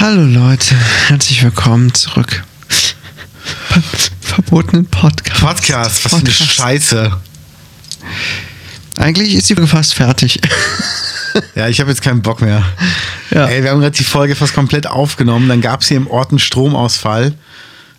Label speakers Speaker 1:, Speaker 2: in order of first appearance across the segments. Speaker 1: Hallo Leute, herzlich willkommen zurück. Ver verbotenen Podcast.
Speaker 2: Podcast, was für eine
Speaker 1: Podcast.
Speaker 2: Scheiße.
Speaker 1: Eigentlich ist sie fast fertig.
Speaker 2: Ja, ich habe jetzt keinen Bock mehr.
Speaker 1: Ja.
Speaker 2: Ey, wir haben gerade die Folge fast komplett aufgenommen. Dann gab es hier im Ort einen Stromausfall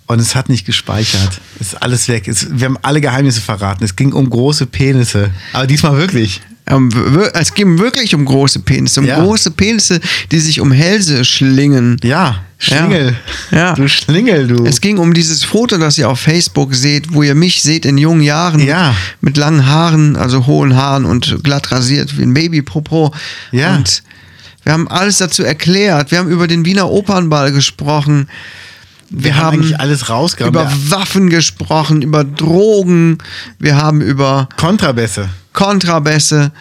Speaker 2: und es hat nicht gespeichert. Es ist alles weg. Es, wir haben alle Geheimnisse verraten. Es ging um große Penisse. Aber diesmal wirklich.
Speaker 1: Ähm, wir- es ging wirklich um große Penisse, um
Speaker 2: Ja.
Speaker 1: große Penisse, die sich um Hälse schlingen.
Speaker 2: Ja, Schlingel.
Speaker 1: Ja.
Speaker 2: Du Schlingel, du.
Speaker 1: Es ging um dieses Foto, das ihr auf Facebook seht, wo ihr mich seht in jungen Jahren
Speaker 2: Ja.
Speaker 1: mit langen Haaren, also hohen Haaren und glatt rasiert wie ein Babypopo.
Speaker 2: Ja.
Speaker 1: Und wir haben alles dazu erklärt. Wir haben über den Wiener Opernball gesprochen.
Speaker 2: wir, haben eigentlich alles rausgehauen.
Speaker 1: über
Speaker 2: Wir-
Speaker 1: Waffen gesprochen, über Drogen, wir haben über
Speaker 2: Kontrabässe.
Speaker 1: Kontrabässe.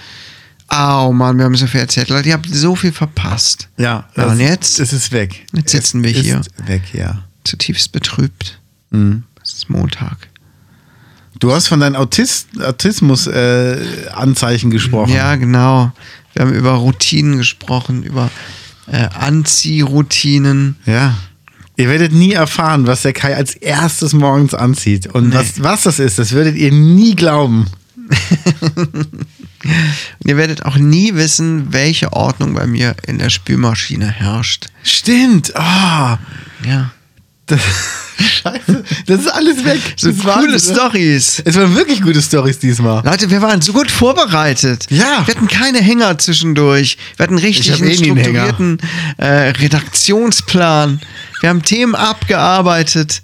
Speaker 1: Au Mann, wir haben so viel erzählt. Leute, ihr habt so viel verpasst.
Speaker 2: Ja,
Speaker 1: Ja,
Speaker 2: es-
Speaker 1: und jetzt?
Speaker 2: Es ist weg.
Speaker 1: Jetzt sitzen wir
Speaker 2: es
Speaker 1: hier.
Speaker 2: Ist weg, ja.
Speaker 1: Zutiefst betrübt.
Speaker 2: Mhm.
Speaker 1: Es ist Montag.
Speaker 2: Du hast von deinen Autis Autismus-Anzeichen gesprochen.
Speaker 1: Ja, genau. Wir haben über Routinen gesprochen, über äh, Anziehroutinen.
Speaker 2: Ja. Ihr werdet nie erfahren, was der Kai als erstes morgens anzieht. Und was, was das ist, das würdet ihr nie glauben.
Speaker 1: Und ihr werdet auch nie wissen, welche Ordnung bei mir in der Spülmaschine herrscht.
Speaker 2: Stimmt. Ah,
Speaker 1: Ja.
Speaker 2: das, Scheiße. Das ist ne? alles weg.
Speaker 1: So
Speaker 2: das war-
Speaker 1: coole Stories.
Speaker 2: Es waren wirklich gute Stories diesmal.
Speaker 1: Leute, wir waren so gut vorbereitet.
Speaker 2: Ja.
Speaker 1: Wir hatten keine Hänger zwischendurch. Wir hatten
Speaker 2: Ich
Speaker 1: richtig
Speaker 2: hab
Speaker 1: einen
Speaker 2: eh nie einen Hänger.
Speaker 1: strukturierten äh, Redaktionsplan. Wir haben Themen abgearbeitet.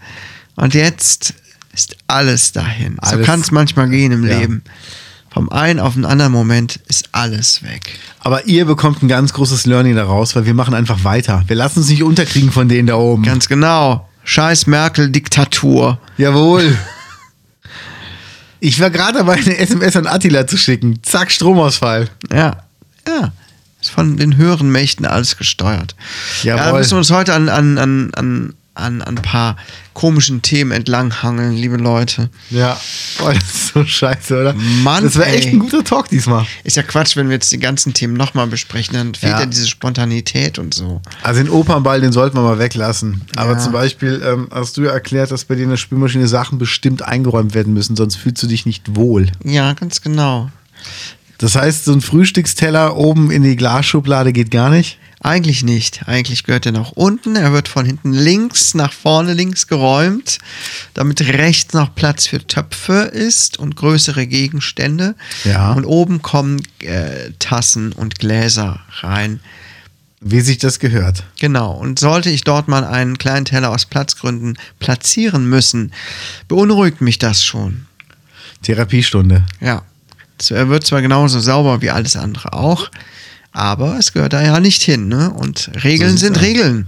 Speaker 1: Und jetzt ist alles dahin. So
Speaker 2: Alles.
Speaker 1: kann es manchmal gehen im
Speaker 2: Ja.
Speaker 1: Leben. Vom einen auf den anderen Moment ist alles weg.
Speaker 2: Aber ihr bekommt ein ganz großes Learning daraus, weil wir machen einfach weiter. Wir lassen uns nicht unterkriegen von denen da oben.
Speaker 1: Ganz genau. Scheiß Merkel-Diktatur.
Speaker 2: Jawohl. Ich war gerade dabei, eine SMS an Attila zu schicken. Zack, Stromausfall.
Speaker 1: Ja, ja. Ist von den höheren Mächten alles gesteuert. Ja, da
Speaker 2: Jawohl.
Speaker 1: müssen wir uns heute an, an, an, an, an an ein paar komischen Themen entlanghangeln, liebe Leute.
Speaker 2: Ja. Boah, das ist so scheiße, oder?
Speaker 1: Mann,
Speaker 2: das war echt
Speaker 1: ey.
Speaker 2: ein guter Talk diesmal.
Speaker 1: Ist ja Quatsch, wenn wir jetzt die ganzen Themen nochmal besprechen, dann fehlt ja.
Speaker 2: Ja.
Speaker 1: diese Spontanität und so.
Speaker 2: Also den Opernball, den sollten wir mal weglassen. Aber
Speaker 1: Ja.
Speaker 2: zum Beispiel ähm, hast du ja erklärt, dass bei dir in der Spülmaschine Sachen bestimmt eingeräumt werden müssen, sonst fühlst du dich nicht wohl.
Speaker 1: Ja, ganz genau.
Speaker 2: Das heißt, so ein Frühstücksteller oben in die Glasschublade geht gar nicht.
Speaker 1: Eigentlich nicht. Eigentlich gehört er nach unten. Er wird von hinten links nach vorne links geräumt, damit rechts noch Platz für Töpfe ist und größere Gegenstände.
Speaker 2: Ja.
Speaker 1: Und oben kommen äh, Tassen und Gläser rein.
Speaker 2: Wie sich das gehört.
Speaker 1: Genau. Und sollte ich dort mal einen kleinen Teller aus Platzgründen platzieren müssen, beunruhigt mich das schon.
Speaker 2: Therapiestunde.
Speaker 1: Ja. Z- Er wird zwar genauso sauber wie alles andere auch, aber es gehört da ja nicht hin. Ne? Und Regeln
Speaker 2: sieht's
Speaker 1: sind
Speaker 2: aus.
Speaker 1: Regeln.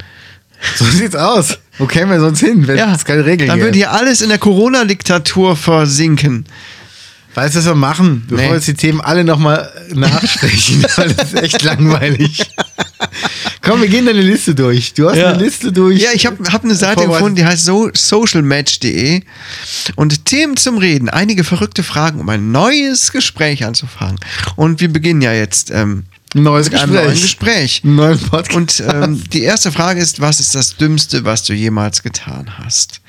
Speaker 2: So sieht's aus. Wo kämen wir sonst hin, wenn es keine Regeln
Speaker 1: Dann
Speaker 2: gäbe?
Speaker 1: würde hier alles in der Corona-Diktatur versinken.
Speaker 2: Weißt du, was wir machen? Bevor
Speaker 1: Nee.
Speaker 2: wir jetzt die Themen alle nochmal nachsprechen, weil das ist echt langweilig. Komm, wir gehen deine Liste durch. Du hast eine Liste durch.
Speaker 1: Ja, ich habe hab eine Seite
Speaker 2: Vorbereitet.
Speaker 1: gefunden, die heißt so socialmatch.de und Themen zum Reden, einige verrückte Fragen, um ein neues Gespräch anzufangen. Und wir beginnen ja jetzt ähm,
Speaker 2: Ein neues
Speaker 1: mit einem
Speaker 2: Gespräch.
Speaker 1: neuen Gespräch.
Speaker 2: Einen neuen Podcast.
Speaker 1: Und ähm, die erste Frage ist, was ist das Dümmste, was du jemals getan hast?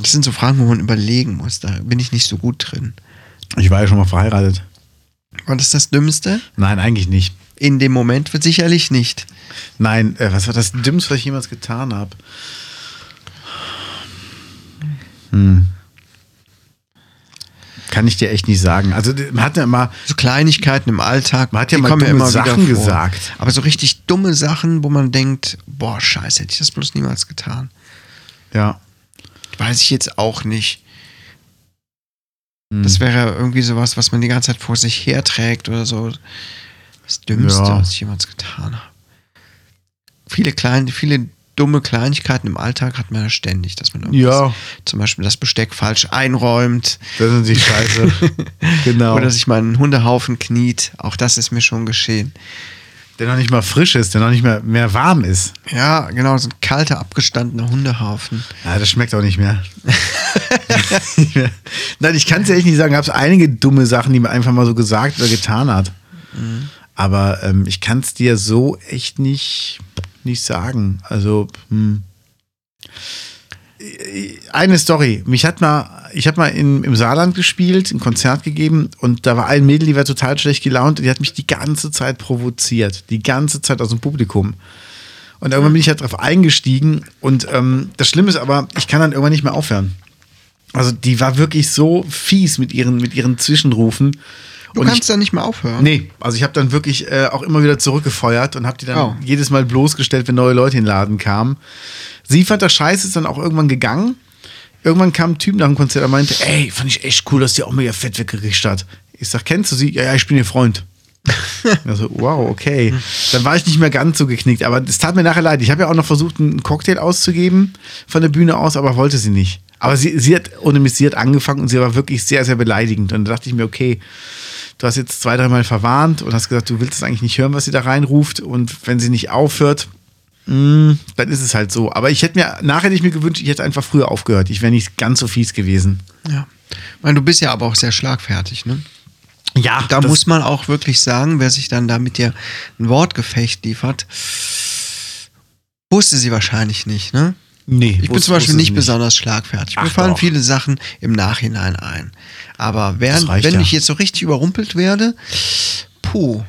Speaker 1: Das sind so Fragen, wo man überlegen muss. Da bin ich nicht so gut drin.
Speaker 2: ich war ja schon mal verheiratet.
Speaker 1: Und das ist das Dümmste?
Speaker 2: Nein, eigentlich nicht.
Speaker 1: In dem Moment wird sicherlich nicht.
Speaker 2: Nein, äh, was war das Dümmste, was ich jemals getan habe? Hm. Kann ich dir echt nicht sagen. Also d- man hat ja mal,
Speaker 1: So Kleinigkeiten im Alltag.
Speaker 2: Man hat ja
Speaker 1: die
Speaker 2: mal
Speaker 1: kommen
Speaker 2: dumme
Speaker 1: wieder
Speaker 2: Sachen
Speaker 1: vor.
Speaker 2: gesagt.
Speaker 1: Aber so richtig dumme Sachen, wo man denkt, boah, scheiße, hätte ich das bloß niemals getan.
Speaker 2: ja,
Speaker 1: Weiß ich jetzt auch nicht.
Speaker 2: Hm.
Speaker 1: Das wäre irgendwie sowas, was man die ganze Zeit vor sich herträgt oder so. Das Dümmste,
Speaker 2: Ja.
Speaker 1: was ich jemals getan habe. Viele kleine, viele dumme Kleinigkeiten im Alltag hat man ja ständig, dass man
Speaker 2: Ja.
Speaker 1: zum Beispiel das Besteck falsch einräumt
Speaker 2: Das ist die Scheiße. genau.
Speaker 1: oder sich mal einen Hundehaufen kniet. Auch das ist mir schon geschehen.
Speaker 2: der noch nicht mal frisch ist, der noch nicht mehr, mehr warm ist.
Speaker 1: Ja, genau, so ein kalter, abgestandener Hundehaufen.
Speaker 2: Ja, Ah, das schmeckt auch nicht mehr. Nein, ich kann es ehrlich nicht sagen. Gab es einige dumme Sachen, die man einfach mal so gesagt oder getan hat. Aber ähm, ich kann es dir so echt nicht, nicht sagen. Also, hm. eine Story. Mich hat mal, ich habe mal in, im Saarland gespielt, ein Konzert gegeben und da war ein Mädel, die war total schlecht gelaunt und die hat mich die ganze Zeit provoziert. Die ganze Zeit aus dem Publikum. Und irgendwann bin ich halt drauf eingestiegen. Und ähm, das Schlimme ist aber, ich kann dann irgendwann nicht mehr aufhören. Also die war wirklich so fies mit ihren, mit ihren Zwischenrufen.
Speaker 1: Du
Speaker 2: und ich,
Speaker 1: kannst da nicht mehr aufhören.
Speaker 2: nee, also ich habe dann wirklich äh, auch immer wieder zurückgefeuert und habe die dann
Speaker 1: Oh.
Speaker 2: jedes Mal bloßgestellt, wenn neue Leute in den Laden kamen. Sie fand das scheiße, ist dann auch irgendwann gegangen. Irgendwann kam ein Typ nach dem Konzert und meinte, ey, fand ich echt cool, dass die auch mega fett weggekriegt hat. Ich sag, kennst du sie? Ja, ja, ich bin ihr Freund. Also, wow, okay. Dann war ich nicht mehr ganz so geknickt, aber es tat mir nachher leid. Ich habe ja auch noch versucht, einen Cocktail auszugeben von der Bühne aus, aber wollte sie nicht. Aber sie, sie hat ohne Mist, sie hat angefangen und sie war wirklich sehr, sehr beleidigend. Und da dachte ich mir, okay, du hast jetzt zwei, dreimal verwarnt und hast gesagt, du willst es eigentlich nicht hören, was sie da reinruft. Und wenn sie nicht aufhört, mh, dann ist es halt so. Aber ich hätte mir, nachher hätte ich mir gewünscht, ich hätte einfach früher aufgehört. Ich wäre nicht ganz so fies gewesen.
Speaker 1: Ja. Ich meine, du bist ja aber auch sehr schlagfertig, ne?
Speaker 2: Ja,
Speaker 1: Da muss man auch wirklich sagen, wer sich dann da mit dir ein Wortgefecht liefert, wusste sie wahrscheinlich nicht, ne?
Speaker 2: Nee,
Speaker 1: Ich bin
Speaker 2: wusste-
Speaker 1: zum Beispiel
Speaker 2: wusste
Speaker 1: nicht,
Speaker 2: sie
Speaker 1: besonders schlagfertig.
Speaker 2: Ach,
Speaker 1: Mir fallen
Speaker 2: doch.
Speaker 1: viele Sachen im Nachhinein ein. Aber während,
Speaker 2: Das reicht
Speaker 1: wenn
Speaker 2: ja.
Speaker 1: ich jetzt so richtig überrumpelt werde, puh,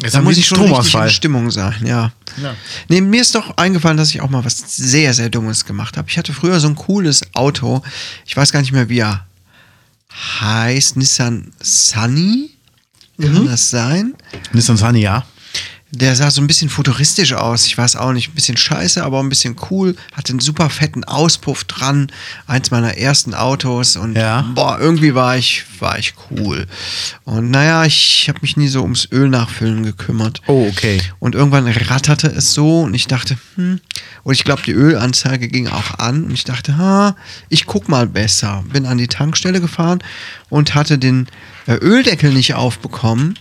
Speaker 2: Jetzt
Speaker 1: da
Speaker 2: haben wir
Speaker 1: muss ich
Speaker 2: diesen
Speaker 1: schon richtig in
Speaker 2: Stromausfall.
Speaker 1: Stimmung sein, ja.
Speaker 2: Ja.
Speaker 1: Nee, mir ist doch eingefallen, dass ich auch mal was sehr, sehr Dummes gemacht habe. Ich hatte früher so ein cooles Auto. Ich weiß gar nicht mehr, wie er heißt. Nissan Sunny? Kann das sein?
Speaker 2: Nissan Sunny, ja.
Speaker 1: Der sah so ein bisschen futuristisch aus. Ich weiß auch nicht. Ein bisschen scheiße, aber ein bisschen cool. Hatte einen super fetten Auspuff dran. Eins meiner ersten Autos. Und
Speaker 2: Ja.
Speaker 1: boah, irgendwie war ich, war ich cool. Und naja, ich habe mich nie so ums Öl nachfüllen gekümmert.
Speaker 2: Oh, okay.
Speaker 1: Und irgendwann ratterte es so und ich dachte, hm, und ich glaube, die Ölanzeige ging auch an und ich dachte, ha, ich guck mal besser. Bin an die Tankstelle gefahren und hatte den äh, Öldeckel nicht aufbekommen,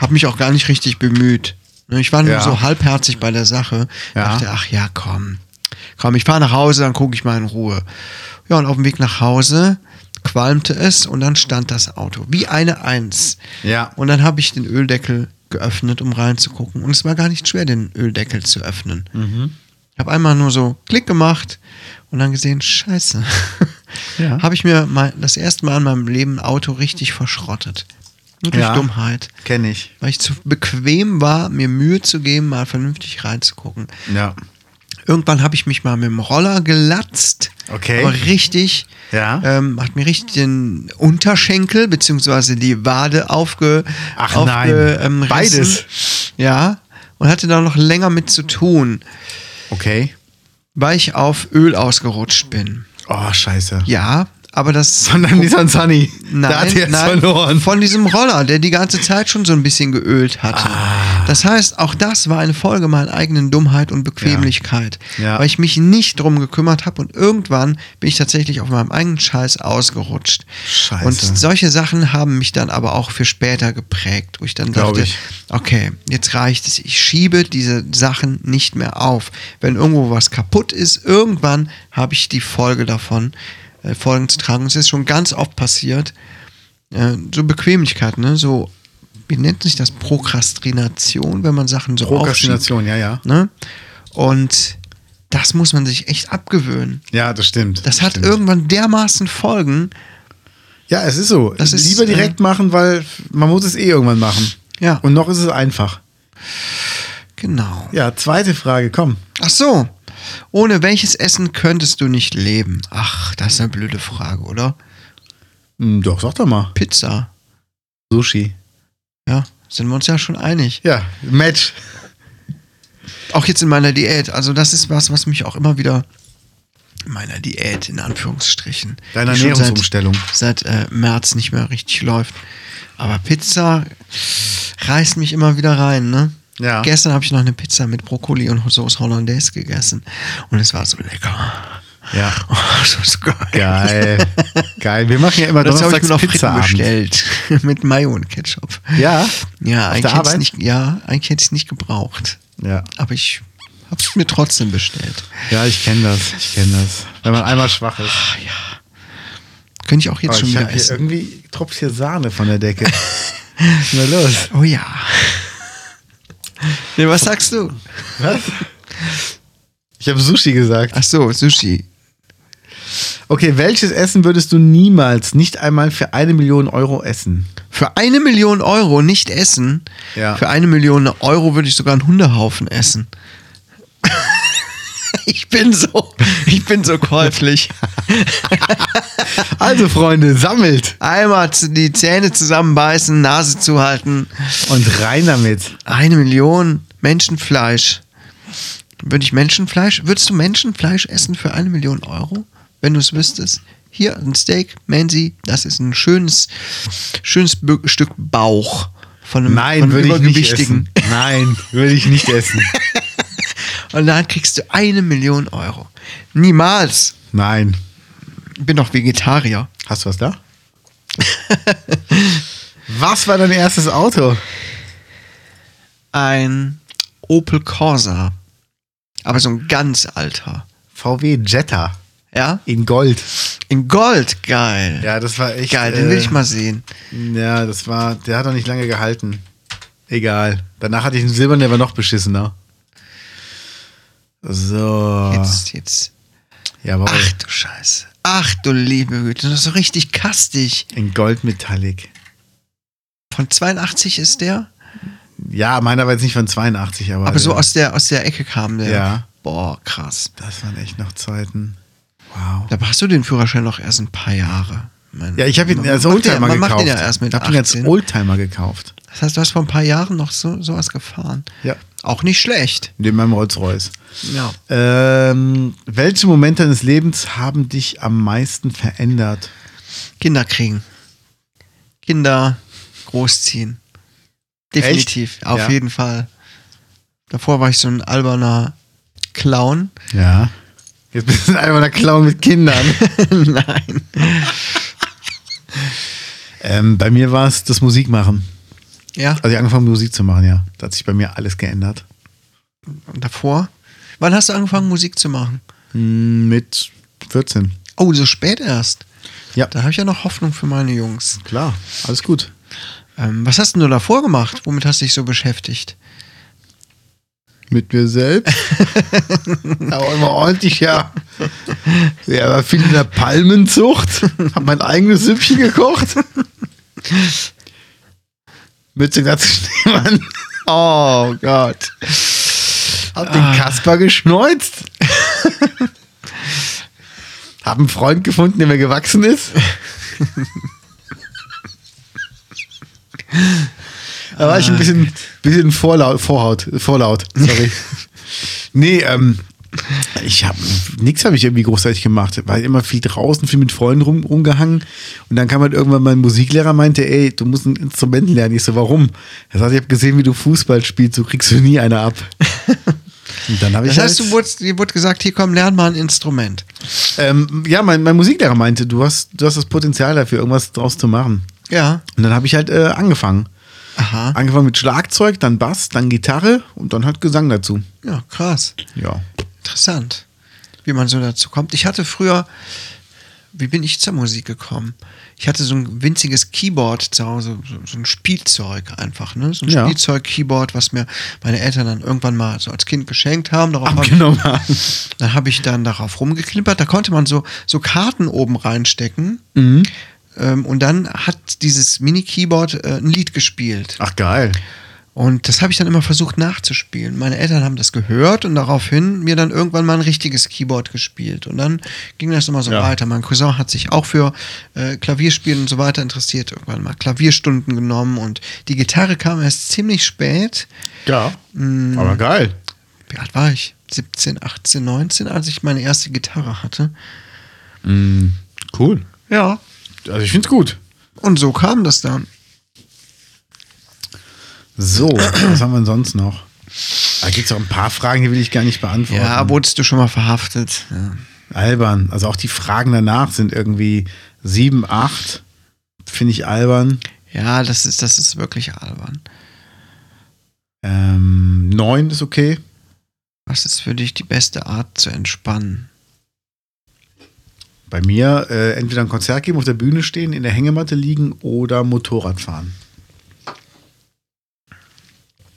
Speaker 1: habe mich auch gar nicht richtig bemüht. Ne, Ich war nur
Speaker 2: Ja.
Speaker 1: so halbherzig bei der Sache,
Speaker 2: Ja.
Speaker 1: dachte, ach ja, komm, komm, ich fahre nach Hause, dann gucke ich mal in Ruhe. Ja, und auf dem Weg nach Hause qualmte es und dann stand das Auto wie eine Eins.
Speaker 2: Ja.
Speaker 1: Und dann habe ich den Öldeckel geöffnet, um reinzugucken. Und es war gar nicht schwer, den Öldeckel zu öffnen.
Speaker 2: Mhm.
Speaker 1: Ich habe einmal nur so Klick gemacht und dann gesehen, scheiße.
Speaker 2: Ja.
Speaker 1: Habe ich mir mal das erste Mal in meinem Leben ein Auto richtig verschrottet. Nur durch
Speaker 2: Ja.
Speaker 1: Dummheit.
Speaker 2: Kenne ich.
Speaker 1: Weil ich zu bequem war, mir Mühe zu geben, mal vernünftig reinzugucken.
Speaker 2: Ja.
Speaker 1: Irgendwann habe ich mich mal mit dem Roller gelatzt.
Speaker 2: Okay.
Speaker 1: Aber richtig.
Speaker 2: Ja.
Speaker 1: Ähm, hat mir richtig den Unterschenkel beziehungsweise die Wade aufge.
Speaker 2: Ach
Speaker 1: aufge-
Speaker 2: nein.
Speaker 1: ähm, rissen.
Speaker 2: Beides.
Speaker 1: Ja. Und hatte da noch länger mit zu tun,
Speaker 2: Okay.
Speaker 1: weil ich auf Öl ausgerutscht bin.
Speaker 2: Oh, scheiße.
Speaker 1: Ja, aber das.
Speaker 2: Von deinem Nissan Sunny.
Speaker 1: Nein,
Speaker 2: da hat er jetzt
Speaker 1: nein,
Speaker 2: verloren.
Speaker 1: Von diesem Roller, der die ganze Zeit schon so ein bisschen geölt hatte.
Speaker 2: Ah.
Speaker 1: Das heißt, auch das war eine Folge meiner eigenen Dummheit und Bequemlichkeit,
Speaker 2: Ja.
Speaker 1: weil ich mich nicht drum gekümmert habe und irgendwann bin ich tatsächlich auf meinem eigenen Scheiß ausgerutscht.
Speaker 2: Scheiße.
Speaker 1: Und solche Sachen haben mich dann aber auch für später geprägt, wo ich dann
Speaker 2: Glaub
Speaker 1: dachte,
Speaker 2: ich.
Speaker 1: okay, jetzt reicht es, ich schiebe diese Sachen nicht mehr auf. Wenn irgendwo was kaputt ist, irgendwann habe ich die Folge davon, äh, Folgen zu tragen. Und Es ist schon ganz oft passiert, äh, so Bequemlichkeit, ne? So, wie nennt sich das? Prokrastination, wenn man Sachen so
Speaker 2: Prokrastination, ja, ja.
Speaker 1: aufschiebt, Ne? Und das muss man sich echt abgewöhnen.
Speaker 2: Ja, das stimmt.
Speaker 1: Das hat
Speaker 2: stimmt.
Speaker 1: irgendwann dermaßen Folgen.
Speaker 2: Ja, es ist so.
Speaker 1: Das ist, äh,
Speaker 2: Lieber direkt machen, weil man muss es eh irgendwann machen.
Speaker 1: Ja.
Speaker 2: Und noch ist es einfach.
Speaker 1: Genau.
Speaker 2: Ja, zweite Frage, komm.
Speaker 1: Ach so. Ohne welches Essen könntest du nicht leben? Ach, das ist eine blöde Frage, oder?
Speaker 2: Hm, doch, sag doch mal.
Speaker 1: Pizza.
Speaker 2: Sushi.
Speaker 1: Ja, sind wir uns ja schon einig.
Speaker 2: Ja, Match.
Speaker 1: Auch jetzt in meiner Diät. Also, das ist was, was mich auch immer wieder in meiner Diät, in Anführungsstrichen.
Speaker 2: Deine
Speaker 1: die schon
Speaker 2: Ernährungsumstellung.
Speaker 1: Seit, seit äh, März nicht mehr richtig läuft. Aber Pizza reißt mich immer wieder rein, ne?
Speaker 2: Ja.
Speaker 1: Gestern habe ich noch eine Pizza mit Brokkoli und Sauce Hollandaise gegessen. Und es war so lecker.
Speaker 2: Ja.
Speaker 1: Oh, das ist geil.
Speaker 2: Geil. Geil. Also Wir machen ja immer
Speaker 1: Das habe ich
Speaker 2: Donnerstags
Speaker 1: mir noch Pizza
Speaker 2: Pizzaabend.
Speaker 1: bestellt. mit Mayo und Ketchup.
Speaker 2: Ja?
Speaker 1: Ja,
Speaker 2: Auf
Speaker 1: eigentlich
Speaker 2: der
Speaker 1: hätte
Speaker 2: Arbeit?
Speaker 1: ich's nicht, ja, eigentlich hätte ich es nicht gebraucht.
Speaker 2: Ja.
Speaker 1: Aber ich habe es mir trotzdem bestellt.
Speaker 2: Ja, ich kenne das. Ich kenne das. Wenn man einmal schwach ist.
Speaker 1: Könnte ich auch jetzt
Speaker 2: Oh,
Speaker 1: schon
Speaker 2: ich
Speaker 1: wieder
Speaker 2: hab hier
Speaker 1: essen.
Speaker 2: irgendwie tropft hier Sahne von der Decke. Was ist denn da los?
Speaker 1: Oh ja. Nee, was sagst du?
Speaker 2: Was? Ich habe Sushi gesagt.
Speaker 1: Ach so, Sushi.
Speaker 2: Okay, welches Essen würdest du niemals, nicht einmal für eine Million Euro essen?
Speaker 1: Für eine Million Euro nicht essen.
Speaker 2: Ja.
Speaker 1: Für eine Million Euro würde ich sogar einen Hundehaufen essen. ich bin so, ich bin so käuflich.
Speaker 2: Also, Freunde, sammelt
Speaker 1: Einmal zu- die Zähne zusammenbeißen, Nase zuhalten.
Speaker 2: und rein damit.
Speaker 1: Eine Million Menschenfleisch. Würde ich Menschenfleisch? Würdest du Menschenfleisch essen für eine Million Euro, wenn du es wüsstest? Hier ein Steak, Mansi, das ist ein schönes, schönes Bü- Stück Bauch von einem,
Speaker 2: Nein,
Speaker 1: von einem
Speaker 2: würde ich nicht
Speaker 1: übergewichtigen.
Speaker 2: essen. Nein, würde ich nicht essen.
Speaker 1: Und dann kriegst du eine Million Euro. Niemals.
Speaker 2: Nein.
Speaker 1: Ich bin doch Vegetarier.
Speaker 2: Hast du was da? was war dein erstes Auto?
Speaker 1: Ein Opel Corsa. Aber so ein ganz alter.
Speaker 2: VW Jetta
Speaker 1: Ja?
Speaker 2: in Gold.
Speaker 1: In Gold, geil.
Speaker 2: Ja, das war echt
Speaker 1: Geil, den will
Speaker 2: äh,
Speaker 1: ich mal sehen.
Speaker 2: Ja, das war, der hat doch nicht lange gehalten. Egal. Danach hatte ich einen silbernen, der war noch beschissener. So.
Speaker 1: Jetzt, jetzt.
Speaker 2: Ja, aber
Speaker 1: Ach du Scheiße. Ach du liebe Güte, das ist so richtig kastig.
Speaker 2: in Goldmetallic.
Speaker 1: Von 82 ist der,
Speaker 2: Ja, meiner war jetzt nicht von 82, aber.
Speaker 1: aber so
Speaker 2: der-
Speaker 1: aus der, aus der Ecke kam der.
Speaker 2: Ja.
Speaker 1: Boah, krass.
Speaker 2: Das waren echt noch Zeiten. Wow.
Speaker 1: Da hast du den Führerschein noch erst ein paar Jahre. Meine-
Speaker 2: Ja, ich habe ihn
Speaker 1: man
Speaker 2: als
Speaker 1: macht den,
Speaker 2: Oldtimer
Speaker 1: ja- Man
Speaker 2: gekauft.
Speaker 1: macht den ja erst mit
Speaker 2: ich habe ihn als
Speaker 1: 18.
Speaker 2: Oldtimer gekauft.
Speaker 1: Das heißt, du hast vor ein paar Jahren noch so, sowas gefahren.
Speaker 2: Ja.
Speaker 1: Auch nicht schlecht.
Speaker 2: Neben meinem Rolls-Royce.
Speaker 1: Ja.
Speaker 2: Ähm, welche Momente deines Lebens haben dich am meisten verändert?
Speaker 1: Kinder kriegen. Kinder großziehen. Definitiv, auf
Speaker 2: Ja.
Speaker 1: jeden Fall. Davor war ich so ein alberner Clown.
Speaker 2: Ja. Jetzt bist du einfach der Clown mit Kindern.
Speaker 1: Nein.
Speaker 2: Ähm, bei mir war es das Musikmachen.
Speaker 1: Ja,
Speaker 2: Also ich angefangen Musik zu machen, ja. Da hat sich bei mir alles geändert.
Speaker 1: und davor. Wann hast du angefangen, Musik zu machen?
Speaker 2: Hm, Mit 14.
Speaker 1: Oh, so spät erst.
Speaker 2: Ja.
Speaker 1: Da habe ich ja noch Hoffnung für meine Jungs.
Speaker 2: Klar, alles gut.
Speaker 1: Ähm, was hast denn du davor gemacht? Womit hast du dich so beschäftigt?
Speaker 2: Mit mir selbst. aber immer ordentlich, ja. Ja, war viel in der Palmenzucht. Hab mein eigenes Süppchen gekocht. Mütze dazu Schneemann.
Speaker 1: Oh Gott.
Speaker 2: Hab den Kasper geschneuzt. Hab einen Freund gefunden, der mir gewachsen ist. Da war ich ein bisschen, bisschen vorlaut, Vorhaut, Vorlaut, sorry. nee, ähm, ich habe nichts habe ich irgendwie großartig gemacht. War halt immer viel draußen, viel mit Freunden rum, rumgehangen. Und dann kam halt irgendwann mein Musiklehrer meinte, ey, du musst ein Instrument lernen. Ich so, warum? Er sagt, ich habe gesehen, wie du Fußball spielst, du kriegst du nie eine ab. Und dann habe ich
Speaker 1: Das heißt,
Speaker 2: halt,
Speaker 1: du wurdest, dir wurde gesagt, hier komm, lern mal ein Instrument.
Speaker 2: ähm, ja, mein, mein Musiklehrer meinte, du hast, du hast das Potenzial dafür, irgendwas draus zu machen.
Speaker 1: Ja.
Speaker 2: Und dann habe ich halt äh, angefangen.
Speaker 1: Aha.
Speaker 2: Angefangen mit Schlagzeug, dann Bass, dann Gitarre und dann halt Gesang dazu.
Speaker 1: Ja, krass.
Speaker 2: Ja.
Speaker 1: Interessant, wie man so dazu kommt. Ich hatte früher, wie bin ich zur Musik gekommen? Ich hatte so ein winziges Keyboard zu Hause, so, so ein Spielzeug einfach, ne? So ein
Speaker 2: Ja.
Speaker 1: Spielzeug-Keyboard, was mir meine Eltern dann irgendwann mal so als Kind geschenkt haben. Darauf hab ich,
Speaker 2: Abgenommen haben.
Speaker 1: dann habe ich dann darauf rumgeklimpert. Da konnte man so, so Karten oben reinstecken. Ähm, und dann hat dieses Mini-Keyboard äh, ein Lied gespielt.
Speaker 2: Ach geil.
Speaker 1: Und das habe ich dann immer versucht nachzuspielen. Meine Eltern haben das gehört und daraufhin mir dann irgendwann mal ein richtiges Keyboard gespielt. Und dann ging das immer so
Speaker 2: Ja.
Speaker 1: weiter. Mein Cousin hat sich auch für äh, Klavierspielen und so weiter interessiert. Irgendwann mal Klavierstunden genommen und die Gitarre kam erst ziemlich spät.
Speaker 2: Ja. Aber geil.
Speaker 1: Wie alt war ich? 17, 18, 19, als ich meine erste Gitarre hatte.
Speaker 2: Cool.
Speaker 1: Ja.
Speaker 2: Also ich find's gut.
Speaker 1: Und so kam das dann.
Speaker 2: So, was haben wir denn sonst noch? Da gibt es auch ein paar Fragen, die will ich gar nicht beantworten.
Speaker 1: Ja, mhm. wurdest du schon mal verhaftet? Ja.
Speaker 2: albern. Also auch die Fragen danach sind irgendwie 7, 8. Finde ich albern.
Speaker 1: Ja, das ist, das ist wirklich albern.
Speaker 2: Ähm, 9 ist okay.
Speaker 1: Was ist für dich die beste Art zu entspannen?
Speaker 2: Bei mir äh, entweder ein Konzert geben, auf der Bühne stehen, in der Hängematte liegen oder Motorrad fahren.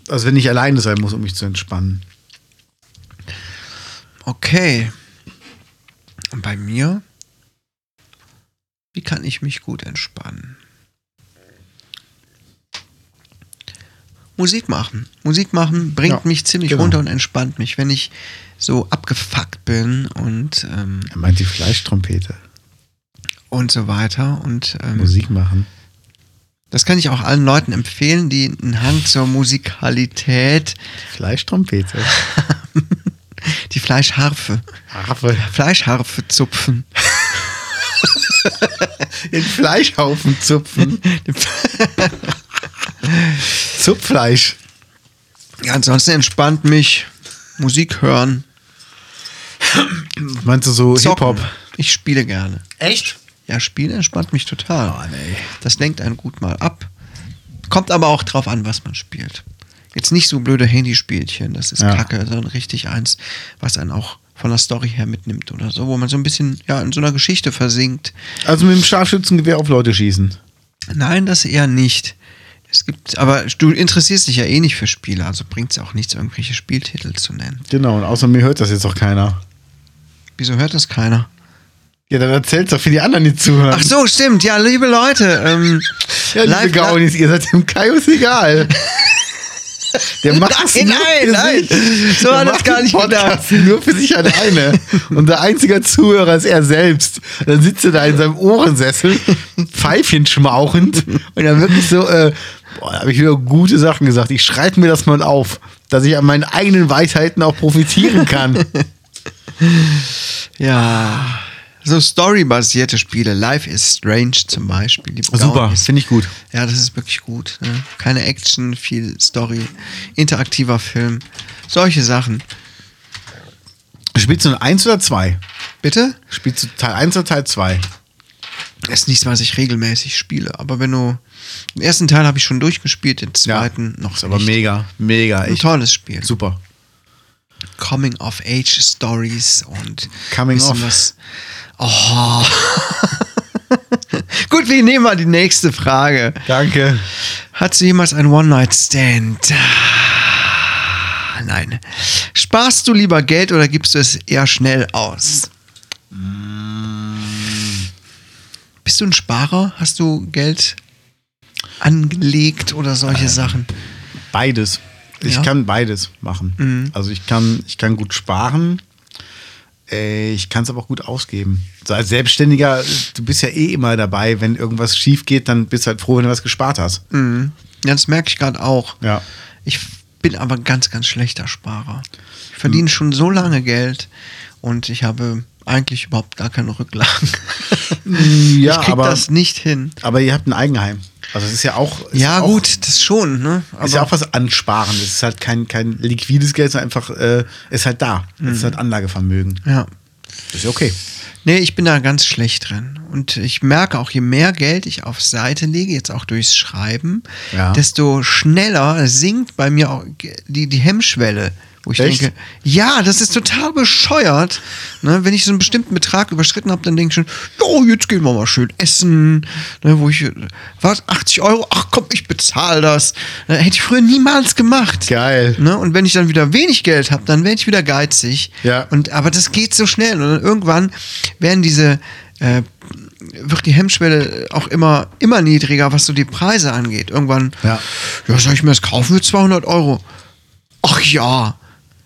Speaker 2: Also wenn ich alleine sein muss, um mich zu entspannen.
Speaker 1: Okay. Und bei mir? Wie kann ich mich gut entspannen? Musik machen. Musik machen bringt
Speaker 2: Ja,
Speaker 1: mich ziemlich
Speaker 2: genau.
Speaker 1: runter und entspannt mich, wenn ich so abgefuckt bin und, ähm,
Speaker 2: Er meint die Fleischtrompete.
Speaker 1: und so weiter. Und ähm,
Speaker 2: Musik machen.
Speaker 1: das kann ich auch allen Leuten empfehlen, die einen Hang zur Musikalität,
Speaker 2: Fleischtrompete.
Speaker 1: die Fleischharfe,
Speaker 2: Harfe.
Speaker 1: Fleischharfe zupfen.
Speaker 2: Den Fleischhaufen zupfen. Zupfleisch.
Speaker 1: Ja, ansonsten entspannt mich Musik hören.
Speaker 2: Meinst du so
Speaker 1: Zocken.
Speaker 2: Hip-Hop?
Speaker 1: Ich spiele gerne.
Speaker 2: Echt?
Speaker 1: Ja, Spielen entspannt mich total.
Speaker 2: Mann, ey.
Speaker 1: Das lenkt einen gut mal ab. Kommt aber auch drauf an, was man spielt. Jetzt nicht so blöde Handyspielchen, das ist
Speaker 2: Ja.
Speaker 1: kacke, sondern richtig eins, was einen auch von der Story her mitnimmt oder so, wo man so ein bisschen ja, in so einer Geschichte versinkt.
Speaker 2: Also mit dem Scharfschützengewehr auf Leute schießen.
Speaker 1: Nein, das eher nicht. Es gibt, aber du interessierst dich ja eh nicht für Spiele, also bringt es auch nichts, irgendwelche Spieltitel zu nennen.
Speaker 2: Genau, und außer mir hört das jetzt auch keiner.
Speaker 1: Wieso hört das keiner?
Speaker 2: Ja, dann erzähl's doch für die anderen, die zuhören.
Speaker 1: Ach so, stimmt. Ja, liebe Leute. Ähm,
Speaker 2: ja, liebe
Speaker 1: live-
Speaker 2: Gaunis, ihr seid dem Kaius egal. Der macht es
Speaker 1: Nein,
Speaker 2: nur für
Speaker 1: nein,
Speaker 2: sich.
Speaker 1: nein. So
Speaker 2: Der
Speaker 1: hat er's
Speaker 2: macht
Speaker 1: gar
Speaker 2: den
Speaker 1: nicht
Speaker 2: Podcast Nur für sich alleine. Und der einzige Zuhörer ist er selbst. Und dann sitzt er da in seinem Ohrensessel, Pfeifchen schmauchend und dann wirklich so, äh, boah, da habe ich wieder gute Sachen gesagt. Ich schreibe mir das mal auf, dass ich an meinen eigenen Weisheiten auch profitieren kann.
Speaker 1: Ja. Ah. So storybasierte Spiele. Life is Strange zum Beispiel. liebe Gaunis.
Speaker 2: finde ich gut.
Speaker 1: Ja, das ist wirklich gut. Ne? Keine Action, viel Story, interaktiver Film. Solche Sachen.
Speaker 2: Spielst du ein 1 oder 2?
Speaker 1: Bitte?
Speaker 2: Spielst du Teil 1 oder Teil 2?
Speaker 1: Das ist nichts, was ich regelmäßig spiele. Aber wenn du. Den ersten Teil habe ich schon durchgespielt, den zweiten noch
Speaker 2: Ist aber
Speaker 1: nicht.
Speaker 2: mega, mega.
Speaker 1: Ein
Speaker 2: Echt
Speaker 1: tolles Spiel.
Speaker 2: super.
Speaker 1: Coming of Age Stories und
Speaker 2: Coming
Speaker 1: bisschen
Speaker 2: of.
Speaker 1: was. Oh. Gut, wir nehmen mal die nächste Frage.
Speaker 2: Danke.
Speaker 1: Hattest du jemals einen One-Night-Stand? Ah, Nein. Sparst du lieber Geld oder gibst du es eher schnell aus?
Speaker 2: Mm.
Speaker 1: Bist du ein Sparer? Hast du Geld angelegt oder solche Sachen?
Speaker 2: Beides. Ich
Speaker 1: Ja. Mhm.
Speaker 2: kann beides machen. Also ich kann, ich kann gut sparen. äh, Ich kann es aber auch gut ausgeben. So als Selbstständiger, du bist ja eh immer dabei. Wenn irgendwas schief geht, dann bist du halt froh, wenn du was gespart hast.
Speaker 1: Mhm. Ja, das merke ich gerade auch.
Speaker 2: Ja.
Speaker 1: Ich bin aber ein ganz, ganz schlechter Sparer. Ich verdiene
Speaker 2: Hm.
Speaker 1: schon so lange Geld und ich habe eigentlich überhaupt gar keine Rücklagen.
Speaker 2: ja,
Speaker 1: ich krieg
Speaker 2: aber-
Speaker 1: das nicht hin.
Speaker 2: Aber ihr habt ein Eigenheim. Also es ist ja auch. ist
Speaker 1: Ja,
Speaker 2: auch,
Speaker 1: gut, das schon, ne? Aber
Speaker 2: Ist ja auch was ansparen. Es ist halt kein, kein liquides Geld, sondern einfach äh, ist halt da. Es ist halt Anlagevermögen.
Speaker 1: Mhm. ja.
Speaker 2: Ist ja okay.
Speaker 1: Nee, ich bin da ganz schlecht drin. Und ich merke auch, je mehr Geld ich auf Seite lege, jetzt auch durchs Schreiben,
Speaker 2: Ja.
Speaker 1: desto schneller sinkt bei mir auch ge- die, die Hemmschwelle. Wo ich
Speaker 2: Echt?
Speaker 1: denke, ja, das ist total bescheuert. Ne, wenn ich so einen bestimmten Betrag überschritten habe, dann denke ich schon, jo, jetzt gehen wir mal schön essen. Ne, wo ich, äh, was, 80 Euro? Ach komm, ich bezahle das. Ne, hätte ich früher niemals gemacht.
Speaker 2: Geil.
Speaker 1: Ne? Und wenn ich dann wieder wenig Geld habe, dann werde ich wieder geizig.
Speaker 2: Ja.
Speaker 1: Und, aber das geht so schnell. Und dann irgendwann werden diese, äh, wird die Hemmschwelle auch immer, immer niedriger, was so die Preise angeht. Irgendwann,
Speaker 2: Ja.
Speaker 1: ja soll ich mir das kaufen für 200 Euro? Ach ja.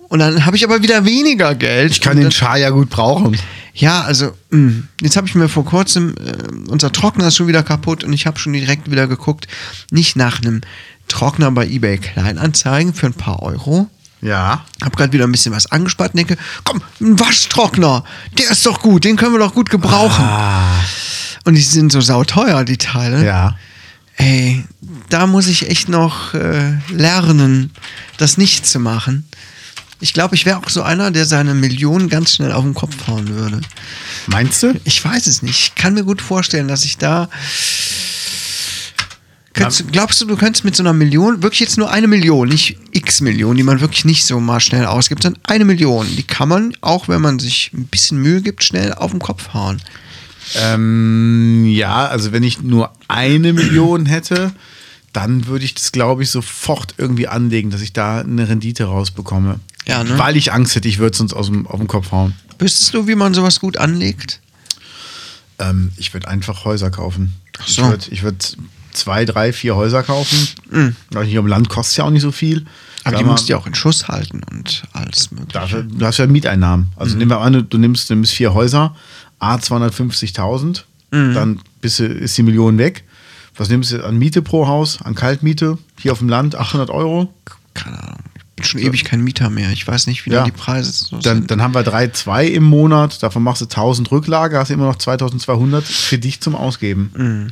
Speaker 1: Und dann habe ich aber wieder weniger Geld.
Speaker 2: Ich kann
Speaker 1: Und
Speaker 2: den
Speaker 1: dann,
Speaker 2: Schar ja gut brauchen.
Speaker 1: ja, also mh. jetzt habe ich mir vor kurzem, äh, unser Trockner ist schon wieder kaputt und ich habe schon direkt wieder geguckt, nicht nach einem Trockner bei eBay Kleinanzeigen für ein paar Euro,
Speaker 2: Ja.
Speaker 1: hab gerade wieder ein bisschen was angespart und denke, komm, ein Waschtrockner, der ist doch Mhm. gut, den können wir doch gut gebrauchen. Und die sind so sauteuer, die Teile.
Speaker 2: Ja.
Speaker 1: Ey, da muss ich echt noch äh, lernen, das nicht zu machen. Ich glaube, ich wäre auch so einer, der seine Millionen ganz schnell auf den Kopf hauen würde.
Speaker 2: Meinst du?
Speaker 1: Ich weiß es nicht. Ich kann mir gut vorstellen, dass ich da. Könntest, du- glaubst du, du könntest mit so einer Million, wirklich jetzt nur eine Million, nicht x Millionen, die man wirklich nicht so mal schnell ausgibt, sondern eine Million, die kann man, auch wenn man sich ein bisschen Mühe gibt, schnell auf den Kopf hauen.
Speaker 2: Ähm, ja, also wenn ich nur eine Million hätte, dann würde ich das, glaube ich, sofort irgendwie anlegen, dass ich da eine Rendite rausbekomme.
Speaker 1: Ja, ne?
Speaker 2: Weil ich Angst hätte, ich würde es uns aus dem, auf den Kopf hauen.
Speaker 1: Wüsstest du, wie man sowas gut anlegt?
Speaker 2: Ähm, ich würde einfach Häuser kaufen.
Speaker 1: so.
Speaker 2: Ich würde ich würd zwei, drei, vier Häuser kaufen. Weil Hier am Land kostet ja auch nicht so viel.
Speaker 1: Mhm. Aber
Speaker 2: Sag
Speaker 1: die
Speaker 2: mal,
Speaker 1: musst du ja auch in Schuss halten und alles mögliche.
Speaker 2: Dafür, Mhm. du hast ja Mieteinnahmen.
Speaker 1: Mhm.
Speaker 2: Also nehmen wir an, du- du nimmst, du nimmst vier Häuser, A 250.000,
Speaker 1: Mhm.
Speaker 2: dann bist du, ist die Million weg. Was nimmst du an Miete pro Haus, an Kaltmiete, hier auf dem Land 800 Euro?
Speaker 1: Keine Ahnung. Ich bin schon ewig kein Mieter mehr. Ich weiß nicht, wie da
Speaker 2: Ja.
Speaker 1: die Preise so
Speaker 2: Dann,
Speaker 1: sind.
Speaker 2: dann haben wir 3,2 im Monat, davon machst du 1000 Rücklage, hast immer noch 2200 für dich zum Ausgeben.
Speaker 1: Mhm.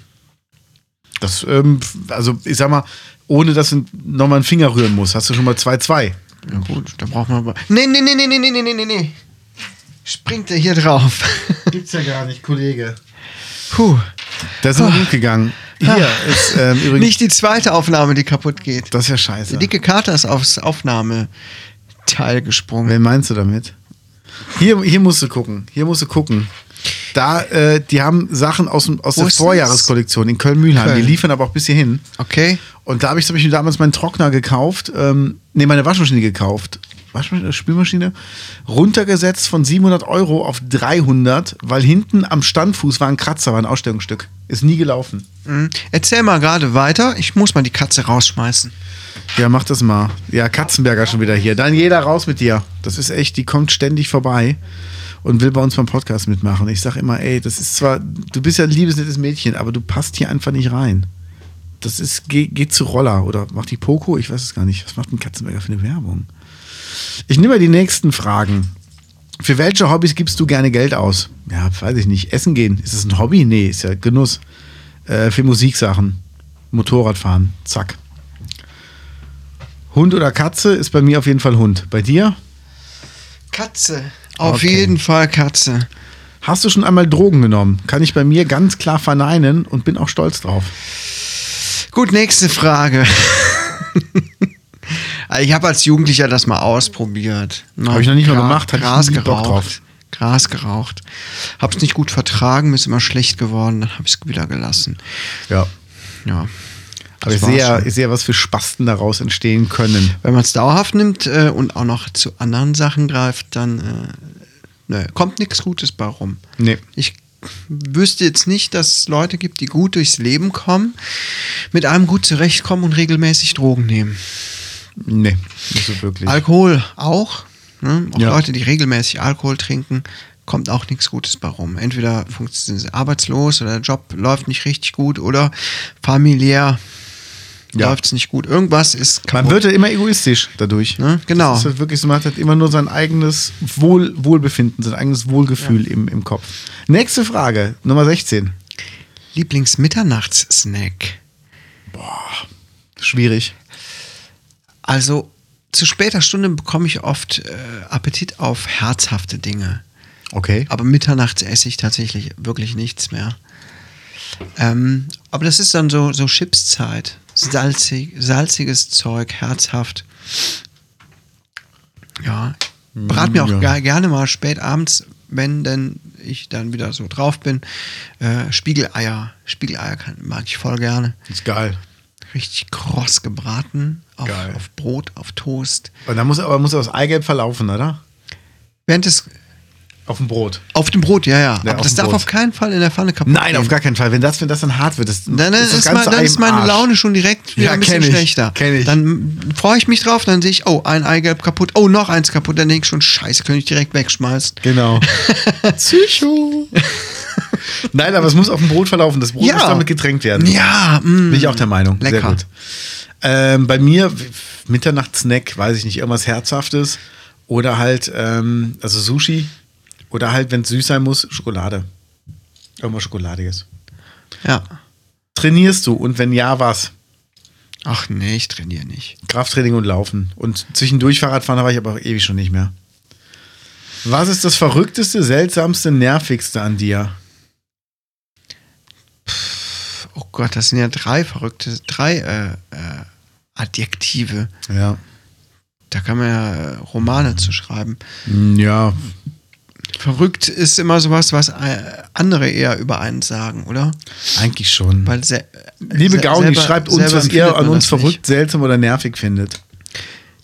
Speaker 2: Das, ähm, also ich sag mal, ohne dass du nochmal einen Finger rühren musst, hast du schon mal 2,2.
Speaker 1: Ja, gut, da braucht man aber. Nee, nee, nee, nee, nee, nee, nee, nee, nee. Springt er hier drauf.
Speaker 2: Gibt's ja gar nicht, Kollege.
Speaker 1: Puh. Ah.
Speaker 2: Da sind wir gut gegangen. Hier ist ähm, übrigens.
Speaker 1: Nicht die zweite Aufnahme, die kaputt geht.
Speaker 2: das ist ja scheiße.
Speaker 1: Der dicke Kater ist aufs Aufnahmeteil gesprungen.
Speaker 2: Wen meinst du damit? Hier, hier musst du gucken. Hier musst du gucken. Da, äh, die haben Sachen aus, dem- aus
Speaker 1: Wo
Speaker 2: der
Speaker 1: ist
Speaker 2: Vorjahreskollektion in Köln-Mühlheim.
Speaker 1: Köln.
Speaker 2: Die liefern aber auch bis hierhin.
Speaker 1: Okay.
Speaker 2: Und da habe ich zum Beispiel damals meinen Trockner gekauft, ähm, nee, meine Waschmaschine gekauft. Waschmaschine, Spülmaschine, runtergesetzt von 700 Euro auf 300, weil hinten am Standfuß war ein Kratzer, war ein Ausstellungsstück. Ist nie gelaufen.
Speaker 1: Mhm. Erzähl mal gerade weiter. Ich muss mal die Katze rausschmeißen.
Speaker 2: Ja, mach das mal. Ja, Katzenberger schon wieder hier. Daniela, raus mit dir. Das ist echt, die kommt ständig vorbei und will bei uns beim Podcast mitmachen. Ich sag immer, ey, das ist zwar, du bist ja ein liebes, nettes Mädchen, aber du passt hier einfach nicht rein. Das ist, geh, geht zu Roller oder macht die Poco? Ich weiß es gar nicht. Was macht ein Katzenberger für eine Werbung? Ich nehme mal die nächsten Fragen. Für welche Hobbys gibst du gerne Geld aus? Ja, weiß ich nicht. Essen gehen, ist das ein Hobby? Nee, ist ja Genuss. Äh, für Musiksachen. Motorradfahren, zack. Hund oder Katze ist bei mir auf jeden Fall Hund. Bei dir?
Speaker 1: Katze. Auf
Speaker 2: Okay.
Speaker 1: jeden Fall Katze.
Speaker 2: Hast du schon einmal Drogen genommen? Kann ich bei mir ganz klar verneinen und bin auch stolz drauf.
Speaker 1: Gut, nächste Frage. Also ich habe als Jugendlicher das mal ausprobiert. Ne?
Speaker 2: Hab ich noch nicht mal
Speaker 1: Gra-
Speaker 2: gemacht, hatte ich
Speaker 1: Gras
Speaker 2: nie Bock
Speaker 1: geraucht.
Speaker 2: drauf.
Speaker 1: Gras geraucht. Hab's nicht gut vertragen, mir ist immer schlecht geworden, dann habe ich es wieder gelassen.
Speaker 2: Ja.
Speaker 1: Ja.
Speaker 2: Aber
Speaker 1: Das
Speaker 2: ich
Speaker 1: war's
Speaker 2: sehe, ja,
Speaker 1: schon.
Speaker 2: ich sehe, ja, was für Spasten daraus entstehen können.
Speaker 1: Wenn man es dauerhaft nimmt äh, und auch noch zu anderen Sachen greift, dann äh, nö, kommt nichts Gutes bei rum.
Speaker 2: Nee.
Speaker 1: Ich wüsste jetzt nicht, dass es Leute gibt, die gut durchs Leben kommen, mit allem gut zurechtkommen und regelmäßig Drogen nehmen.
Speaker 2: Nee, nicht so wirklich.
Speaker 1: Alkohol auch. Ne? Auch
Speaker 2: Ja.
Speaker 1: Leute, die regelmäßig Alkohol trinken, kommt auch nichts Gutes bei rum. Entweder funkt- sind sie arbeitslos oder der Job läuft nicht richtig gut oder familiär
Speaker 2: Ja.
Speaker 1: läuft es nicht gut. Irgendwas ist kaputt.
Speaker 2: man wird ja immer egoistisch dadurch.
Speaker 1: Ne? Genau.
Speaker 2: Das ist halt wirklich so, man hat halt immer nur sein eigenes Wohl, Wohlbefinden, sein eigenes Wohlgefühl im, im Kopf. Nächste Frage, Nummer 16.
Speaker 1: Lieblingsmitternachtssnack.
Speaker 2: Schwierig.
Speaker 1: Also zu später Stunde bekomme ich oft äh, Appetit auf herzhafte Dinge.
Speaker 2: Okay.
Speaker 1: Aber mitternachts esse ich tatsächlich wirklich nichts mehr. Ähm, aber das ist dann so, so Chipszeit. Salzig, salziges Zeug, herzhaft. Ja. Brat mir auch
Speaker 2: Ja.
Speaker 1: ge- gerne mal spät abends, wenn denn ich dann wieder so drauf bin. Äh, Spiegeleier. Spiegeleier kann, mag ich voll gerne.
Speaker 2: Ist geil.
Speaker 1: Richtig kross gebraten. Auf,
Speaker 2: Geil.
Speaker 1: auf Brot, auf Toast.
Speaker 2: Und dann muss aber muss das Eigelb verlaufen, oder?
Speaker 1: Während es.
Speaker 2: Auf dem Brot.
Speaker 1: Auf dem Brot, ja, ja.
Speaker 2: Ja,
Speaker 1: aber
Speaker 2: auf
Speaker 1: das
Speaker 2: dem
Speaker 1: darf
Speaker 2: Brot.
Speaker 1: auf keinen Fall in der Pfanne kaputt
Speaker 2: Nein,
Speaker 1: gehen.
Speaker 2: auf gar keinen Fall. Wenn das, wenn das dann hart wird, das,
Speaker 1: Dann, dann,
Speaker 2: das
Speaker 1: ist, mein,
Speaker 2: Ganze
Speaker 1: dann ist
Speaker 2: einem
Speaker 1: meine
Speaker 2: Arsch.
Speaker 1: Laune schon direkt wieder
Speaker 2: Ja,
Speaker 1: ein bisschen
Speaker 2: kenn ich,
Speaker 1: schlechter.
Speaker 2: kenn ich.
Speaker 1: Dann freue ich mich drauf, dann sehe ich, oh, ein Eigelb kaputt, oh, noch eins kaputt, dann denke ich schon, scheiße, könnte ich direkt wegschmeißen.
Speaker 2: Genau. Psycho. Nein, aber es muss auf dem Brot verlaufen. Das Brot
Speaker 1: Ja.
Speaker 2: muss damit getränkt werden.
Speaker 1: Ja, mm.
Speaker 2: Bin ich auch der Meinung.
Speaker 1: Lecker.
Speaker 2: Sehr gut. Ähm, bei mir, w- Mitternachtssnack, weiß ich nicht, irgendwas Herzhaftes. Oder halt, ähm, also Sushi. Oder halt, wenn es süß sein muss, Schokolade. Irgendwas Schokoladiges.
Speaker 1: Ja.
Speaker 2: Trainierst du und wenn ja, was?
Speaker 1: Ach nee, ich trainiere nicht.
Speaker 2: Krafttraining und Laufen. Und zwischendurch Fahrradfahren da war ich aber auch ewig schon nicht mehr. Was ist das verrückteste, seltsamste, nervigste an dir?
Speaker 1: Oh Gott, das sind ja drei verrückte, drei äh, äh, Adjektive.
Speaker 2: Ja.
Speaker 1: Da kann man ja äh, Romane zu schreiben. Hm,
Speaker 2: Ja,
Speaker 1: Verrückt ist immer sowas, was äh, andere eher über einen sagen, oder?
Speaker 2: eigentlich schon.
Speaker 1: Weil se äh,
Speaker 2: Liebe
Speaker 1: se-
Speaker 2: Gauni,
Speaker 1: selber-
Speaker 2: schreibt uns,
Speaker 1: selber
Speaker 2: was ihr
Speaker 1: empfindet
Speaker 2: an
Speaker 1: man
Speaker 2: uns
Speaker 1: das nicht.
Speaker 2: verrückt, seltsam oder nervig findet.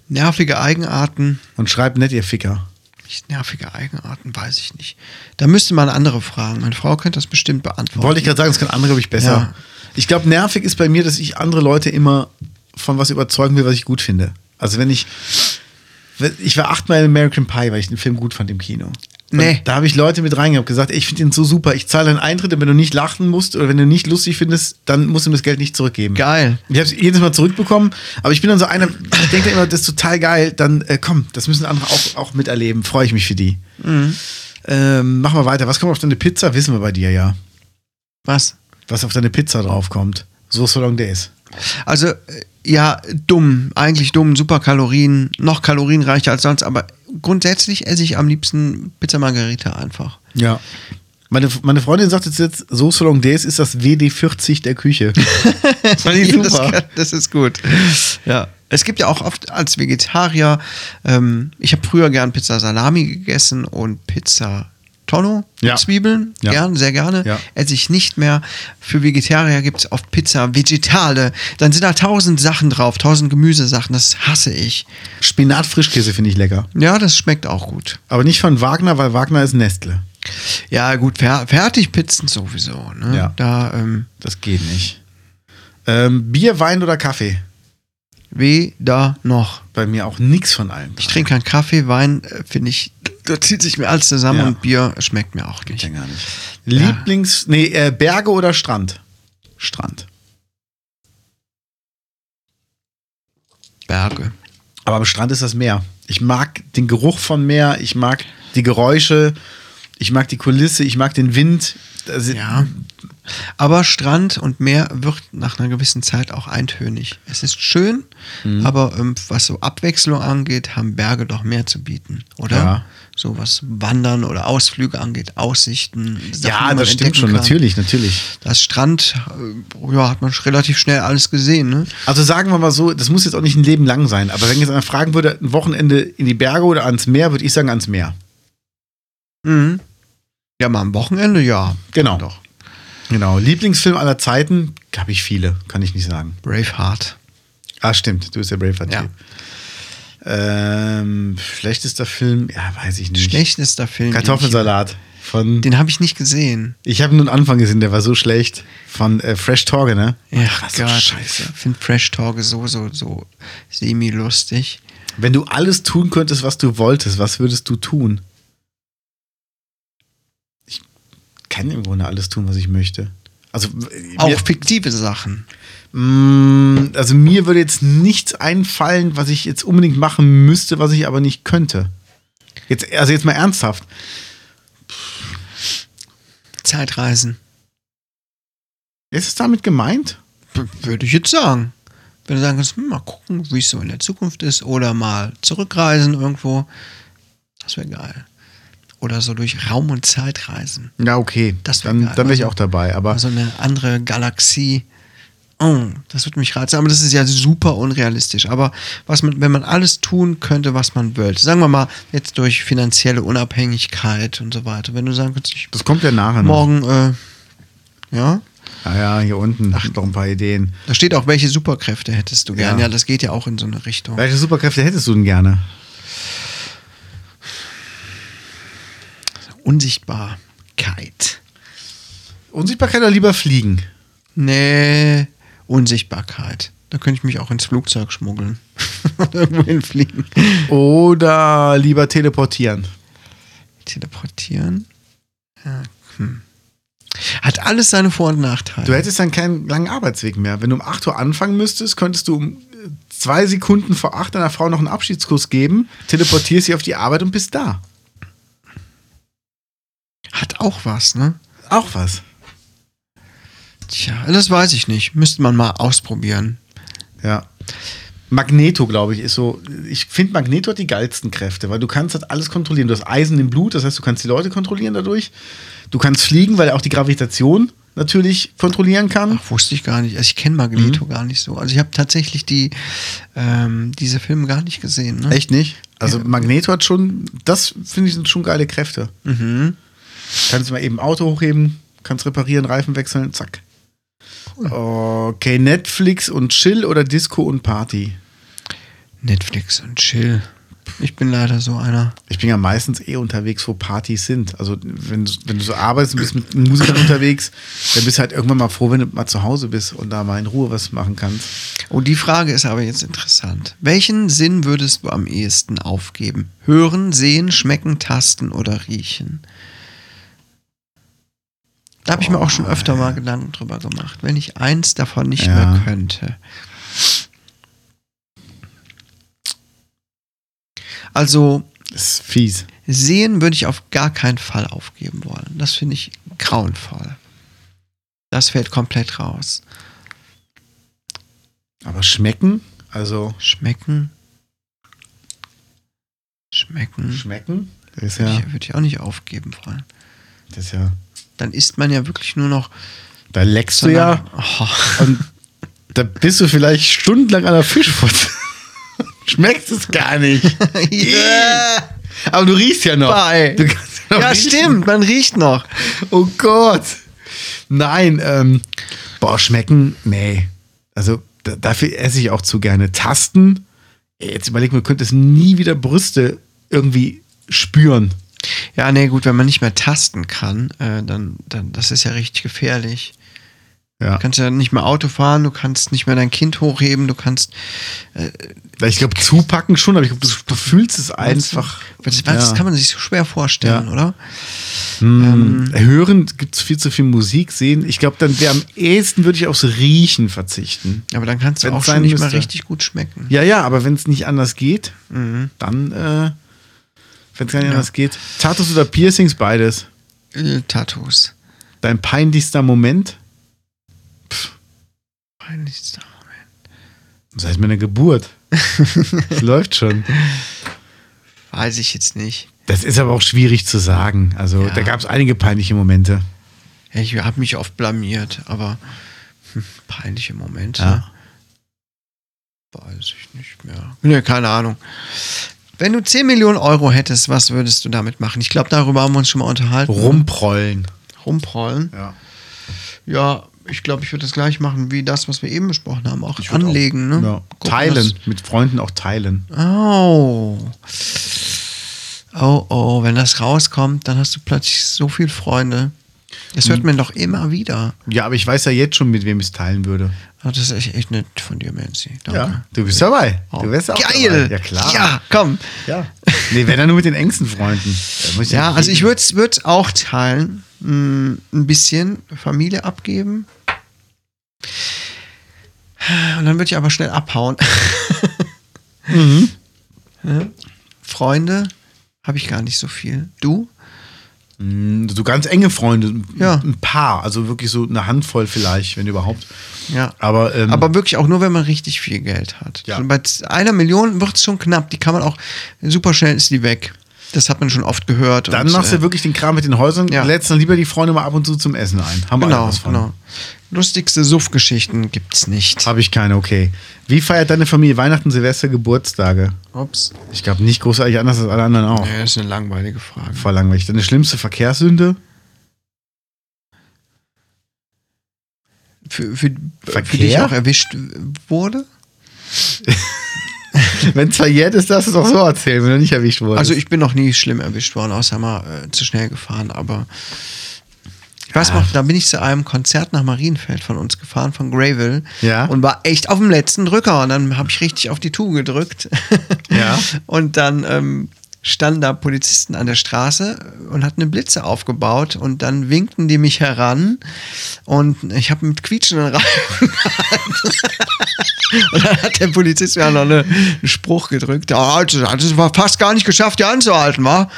Speaker 1: Nervige Eigenarten.
Speaker 2: Und schreibt nicht, ihr Ficker.
Speaker 1: Nicht nervige Eigenarten, weiß ich nicht. Da müsste man andere fragen. Meine Frau könnte das bestimmt beantworten.
Speaker 2: Wollte ich gerade sagen, das können andere, glaube ich, besser.
Speaker 1: Ja.
Speaker 2: Ich glaube, nervig ist bei mir, dass ich andere Leute immer von was überzeugen will, was ich gut finde. Also wenn ich. Ich war achtmal in American Pie, weil ich den Film gut fand im Kino. Und
Speaker 1: Nee.
Speaker 2: Da habe ich Leute mit reingehabt, gesagt, ey, ich finde den so super, ich zahle deinen Eintritt und wenn du nicht lachen musst oder wenn du nicht lustig findest, dann musst du mir das Geld nicht zurückgeben.
Speaker 1: Geil.
Speaker 2: Ich habe es jedes Mal zurückbekommen, aber ich bin dann so einer, ich denke immer, das ist total geil, dann äh, komm, das müssen andere auch, auch miterleben, freue ich mich für die.
Speaker 1: Mhm.
Speaker 2: Ähm, machen wir weiter. Was kommt auf deine Pizza? Wissen wir bei dir ja.
Speaker 1: Was?
Speaker 2: Was auf deine Pizza draufkommt. So so long days.
Speaker 1: Also, äh, ja, dumm. Eigentlich dumm. Super Kalorien. Noch kalorienreicher als sonst. Aber grundsätzlich esse ich am liebsten Pizza Margherita einfach.
Speaker 2: Ja. Meine, meine Freundin sagt jetzt, jetzt so so long days ist das WD40 der Küche. Das fand ich
Speaker 1: Ja,
Speaker 2: super.
Speaker 1: Das, das ist gut. Ja. Es gibt ja auch oft als Vegetarier, ähm, ich habe früher gern Pizza Salami gegessen und Pizza Tonno, mit
Speaker 2: Ja.
Speaker 1: Zwiebeln,
Speaker 2: Ja.
Speaker 1: gern, sehr gerne.
Speaker 2: Ja.
Speaker 1: Esse ich nicht mehr. Für Vegetarier gibt es oft Pizza Vegetale. Dann sind da tausend Sachen drauf, tausend Gemüsesachen, das hasse ich.
Speaker 2: Spinat-Frischkäse finde ich lecker.
Speaker 1: Ja, das schmeckt auch gut.
Speaker 2: Aber nicht von Wagner, weil Wagner ist Nestle.
Speaker 1: Ja, gut, fer Fertigpizzen sowieso. Ne?
Speaker 2: Ja.
Speaker 1: Da ähm,
Speaker 2: Das geht nicht. Ähm, Bier, Wein oder Kaffee?
Speaker 1: weder noch.
Speaker 2: Bei mir auch nichts von allem.
Speaker 1: Ich trinke keinen Kaffee, Wein, äh, finde ich, da zieht sich mir alles zusammen
Speaker 2: Ja.
Speaker 1: und Bier schmeckt mir auch nicht.
Speaker 2: gar nicht. Lieblings. Nee, äh, Berge oder Strand? Strand.
Speaker 1: Berge.
Speaker 2: Aber am Strand ist das Meer. Ich mag den Geruch von Meer, ich mag die Geräusche, ich mag die Kulisse, ich mag den Wind. Also,
Speaker 1: Ja. Aber Strand und Meer wird nach einer gewissen Zeit auch eintönig. Es ist schön,
Speaker 2: Mhm.
Speaker 1: aber ähm, was so Abwechslung angeht, haben Berge doch mehr zu bieten, oder?
Speaker 2: Ja.
Speaker 1: So was Wandern oder Ausflüge angeht, Aussichten. Sachen, die
Speaker 2: ja
Speaker 1: man
Speaker 2: das
Speaker 1: entdecken
Speaker 2: stimmt schon,
Speaker 1: kann.
Speaker 2: natürlich, natürlich.
Speaker 1: Das Strand, äh, ja, hat man sch- relativ schnell alles gesehen, ne?
Speaker 2: Also sagen wir mal so, das muss jetzt auch nicht ein Leben lang sein, aber wenn jetzt einer fragen würde, ein Wochenende in die Berge oder ans Meer, würde ich sagen ans Meer.
Speaker 1: Mhm. Ja, mal am Wochenende, ja.
Speaker 2: Genau.
Speaker 1: Doch.
Speaker 2: Genau. Lieblingsfilm aller Zeiten, habe ich viele, kann ich nicht sagen.
Speaker 1: Braveheart.
Speaker 2: Ah, stimmt, du bist der Braveheart-Typ. Ähm, schlechtester Film, ja, weiß ich nicht.
Speaker 1: Schlechtester Film. den
Speaker 2: Kartoffelsalat von
Speaker 1: ich- Den habe ich nicht gesehen.
Speaker 2: Ich habe nur einen Anfang gesehen, der war so schlecht. Von äh, Fresh Torge, ne?
Speaker 1: Ach
Speaker 2: so
Speaker 1: Gott,
Speaker 2: scheiße.
Speaker 1: ich finde Fresh Talk so, so, so semi-lustig.
Speaker 2: Wenn du alles tun könntest, was du wolltest, was würdest du tun? Ich kann im Grunde alles tun, was ich möchte. Also, äh,
Speaker 1: Auch
Speaker 2: mir,
Speaker 1: fiktive Sachen.
Speaker 2: Mm, also mir würde jetzt nichts einfallen, was ich jetzt unbedingt machen müsste, was ich aber nicht könnte. Jetzt, also jetzt mal ernsthaft.
Speaker 1: Zeitreisen.
Speaker 2: Ist es damit gemeint?
Speaker 1: W- Würde ich jetzt sagen. Wenn du sagen kannst, hm, mal gucken, wie es so in der Zukunft ist oder mal zurückreisen irgendwo. Das wäre geil. Oder so durch Raum und Zeit reisen.
Speaker 2: Ja, okay.
Speaker 1: Das wär
Speaker 2: dann
Speaker 1: geil.
Speaker 2: dann wäre ich
Speaker 1: Also-
Speaker 2: auch dabei. Aber
Speaker 1: So eine andere Galaxie. Oh, das würde mich reizen. Aber das ist ja super unrealistisch. Aber was man, wenn man alles tun könnte, was man wollte, sagen wir mal, jetzt durch finanzielle Unabhängigkeit und so weiter, wenn du sagen könntest, ich
Speaker 2: das kommt ja nachher noch.
Speaker 1: morgen, äh, ja,
Speaker 2: Ah ja, hier unten. Ach, noch ein paar Ideen.
Speaker 1: da steht auch, welche Superkräfte hättest du gern.
Speaker 2: Ja.
Speaker 1: Ja, das geht ja auch in so eine Richtung.
Speaker 2: Welche Superkräfte hättest du denn gerne?
Speaker 1: Unsichtbarkeit.
Speaker 2: Unsichtbarkeit oder lieber fliegen?
Speaker 1: Nee, Unsichtbarkeit. Da könnte ich mich auch ins Flugzeug schmuggeln. Und irgendwo hinfliegen.
Speaker 2: Oder lieber teleportieren?
Speaker 1: Teleportieren. Ja, hm. Hat alles seine Vor- und Nachteile.
Speaker 2: Du hättest dann keinen langen Arbeitsweg mehr. Wenn du um 8 Uhr anfangen müsstest, könntest du um äh, zwei Sekunden vor 8 einer Frau noch einen Abschiedskuss geben, teleportierst sie auf die Arbeit und bist da.
Speaker 1: Hat auch was, ne?
Speaker 2: Auch was.
Speaker 1: Tja, das weiß ich nicht. Müsste man mal ausprobieren.
Speaker 2: Ja. Magneto, glaube ich, ist so. Ich finde, Magneto hat die geilsten Kräfte, weil du kannst halt alles kontrollieren. Du hast Eisen im Blut, das heißt, du kannst die Leute kontrollieren dadurch. Du kannst fliegen, weil er auch die Gravitation natürlich kontrollieren kann.
Speaker 1: Ach, wusste ich gar nicht. Also ich kenne Magneto
Speaker 2: Hm.
Speaker 1: gar nicht so. Also ich habe tatsächlich die, ähm, diese Filme gar nicht gesehen. Ne?
Speaker 2: Echt nicht? Also Magneto hat schon, das finde ich sind schon geile Kräfte. Mhm. Kannst mal eben Auto hochheben, kannst reparieren, Reifen wechseln, zack. Okay, Netflix und Chill oder Disco und Party?
Speaker 1: Netflix und Chill. Ich bin leider so einer.
Speaker 2: Ich bin ja meistens eh unterwegs, wo Partys sind. Also wenn, du- wenn du so arbeitest und bist mit Musikern unterwegs, dann bist du halt irgendwann mal froh, wenn du mal zu Hause bist und da mal in Ruhe was machen kannst.
Speaker 1: Oh, die Frage ist aber jetzt interessant. Welchen Sinn würdest du am ehesten aufgeben? Hören, sehen, schmecken, tasten oder riechen? Da habe ich mir auch schon öfter mal Gedanken drüber gemacht, wenn ich eins davon nicht
Speaker 2: Ja.
Speaker 1: mehr könnte. Also
Speaker 2: Das ist fies.
Speaker 1: sehen würde ich auf gar keinen Fall aufgeben wollen. Das finde ich grauenvoll. Das fällt komplett raus.
Speaker 2: Aber schmecken, also
Speaker 1: Schmecken.
Speaker 2: Hm.
Speaker 1: Schmecken.
Speaker 2: schmecken, das ist
Speaker 1: Würde
Speaker 2: ja,
Speaker 1: ich, würd ich auch nicht aufgeben wollen.
Speaker 2: das ist ja,
Speaker 1: Dann isst man ja wirklich nur noch.
Speaker 2: da leckst du ja
Speaker 1: Oh,
Speaker 2: und da bist du vielleicht stundenlang an der Fischfutter. Schmeckst es gar nicht.
Speaker 1: Ja.
Speaker 2: Aber du riechst ja noch.
Speaker 1: Bei.
Speaker 2: Du kannst ja noch
Speaker 1: ja,
Speaker 2: riechen.
Speaker 1: stimmt, man riecht noch.
Speaker 2: Oh Gott. Nein, ähm, boah, schmecken, nee. Also da, dafür esse ich auch zu gerne. Tasten, ey, jetzt überleg mir, du könntest nie wieder Brüste irgendwie spüren.
Speaker 1: Ja, nee, gut, wenn man nicht mehr tasten kann, äh, dann, dann, das ist ja richtig gefährlich.
Speaker 2: Ja.
Speaker 1: Du kannst ja nicht mehr Auto fahren, du kannst nicht mehr dein Kind hochheben, du kannst.
Speaker 2: Ich glaube, zupacken schon, aber ich glaube, du, du fühlst es einfach.
Speaker 1: Das, das
Speaker 2: Ja.
Speaker 1: kann man sich so schwer vorstellen,
Speaker 2: Ja.
Speaker 1: oder?
Speaker 2: Hm,
Speaker 1: Mhm.
Speaker 2: hören gibt es viel zu viel Musik, sehen. Ich glaube, dann wäre am ehesten würde ich aufs Riechen verzichten.
Speaker 1: Aber dann kannst du
Speaker 2: Wenn's
Speaker 1: auch schon
Speaker 2: sein
Speaker 1: nicht mehr
Speaker 2: müsste.
Speaker 1: richtig gut schmecken. Mhm.
Speaker 2: Ja, ja, aber wenn es nicht anders geht, dann, äh, wenn es gar nicht anders geht. Tattoos oder Piercings, beides.
Speaker 1: Äh, Tattoos.
Speaker 2: Dein peinlichster Moment?
Speaker 1: Peinlichster Moment.
Speaker 2: Das heißt meine Geburt. das läuft schon.
Speaker 1: Weiß ich jetzt nicht.
Speaker 2: Das ist aber auch schwierig zu sagen. Also
Speaker 1: Ja.
Speaker 2: da gab es einige peinliche Momente.
Speaker 1: Ja, Ich habe mich oft blamiert, aber hm, peinliche Momente.
Speaker 2: Ja.
Speaker 1: Weiß ich nicht mehr. Nee, keine Ahnung. Wenn du 10 Millionen Euro hättest, was würdest du damit machen? Ich glaube, darüber haben wir uns schon mal unterhalten.
Speaker 2: Rumprollen.
Speaker 1: Rumprollen.
Speaker 2: Ja.
Speaker 1: Ja, ich glaube, ich würde das gleich machen wie das, was wir eben besprochen haben. Auch
Speaker 2: Ich würd
Speaker 1: anlegen, ne?
Speaker 2: ja.
Speaker 1: Gucken,
Speaker 2: Teilen. Mit Freunden auch teilen.
Speaker 1: dass- Au. Oh, oh, wenn das rauskommt, dann hast du plötzlich so viele Freunde. Das
Speaker 2: Hm.
Speaker 1: hört man doch immer wieder.
Speaker 2: Ja, aber ich weiß ja jetzt schon, mit wem ich es teilen würde.
Speaker 1: Oh, das ist echt, echt nett von dir, Mancy. Danke. Oh.
Speaker 2: Du bist dabei. Du wärst auch
Speaker 1: Geil!
Speaker 2: Dabei. Ja, klar.
Speaker 1: Ja, komm.
Speaker 2: ja. Nee, wenn dann nur mit den engsten Freunden. Da muss
Speaker 1: Ja, also ich würde es auch teilen. Mm, Ein bisschen Familie abgeben. Und dann würde ich aber schnell abhauen.
Speaker 2: Mhm.
Speaker 1: Ne? Freunde habe ich gar nicht so viel. Du?
Speaker 2: Mm, So ganz enge Freunde.
Speaker 1: Ja.
Speaker 2: Ein paar. Also wirklich so eine Handvoll vielleicht, wenn überhaupt.
Speaker 1: Ja.
Speaker 2: Aber, ähm,
Speaker 1: Aber wirklich auch nur, wenn man richtig viel Geld hat.
Speaker 2: Ja.
Speaker 1: So Bei z- einer Million wird es schon knapp. Die kann man auch super schnell ist die weg. Das hat man schon oft gehört.
Speaker 2: Dann
Speaker 1: und,
Speaker 2: machst
Speaker 1: äh,
Speaker 2: du wirklich den Kram mit den Häusern,
Speaker 1: Ja.
Speaker 2: lädst dann lieber die Freunde mal ab und zu zum Essen ein. Haben wir alle
Speaker 1: Genau,
Speaker 2: was von.
Speaker 1: genau. Lustigste Suff-Geschichten gibt's nicht.
Speaker 2: Habe ich keine, okay. Wie feiert deine Familie Weihnachten, Silvester, Geburtstage?
Speaker 1: Ups.
Speaker 2: Ich glaube nicht großartig anders als alle anderen auch.
Speaker 1: Ja, das ist eine langweilige Frage.
Speaker 2: Voll langweilig. Deine schlimmste Verkehrssünde?
Speaker 1: Für, für, für
Speaker 2: Verkehr?
Speaker 1: dich auch erwischt wurde?
Speaker 2: Wenn es verjährt ist, darfst du es auch so erzählen, wenn du nicht erwischt wurdest.
Speaker 1: Also ich bin noch nie schlimm erwischt worden, außer mal äh, zu schnell gefahren, aber ich weiß noch, da bin ich zu einem Konzert nach Marienfeld von uns gefahren, von Gravel,
Speaker 2: Ja.
Speaker 1: und war echt auf dem letzten Drücker und dann habe ich richtig auf die Tube gedrückt.
Speaker 2: Ja.
Speaker 1: Und dann ähm, standen da Polizisten an der Straße und hatten eine Blitze aufgebaut und dann winkten die mich heran und ich habe mit quietschenden Reifen und dann hat der Polizist mir auch noch eine, einen Spruch gedrückt. Ja, also, das war fast gar nicht geschafft, die anzuhalten, war.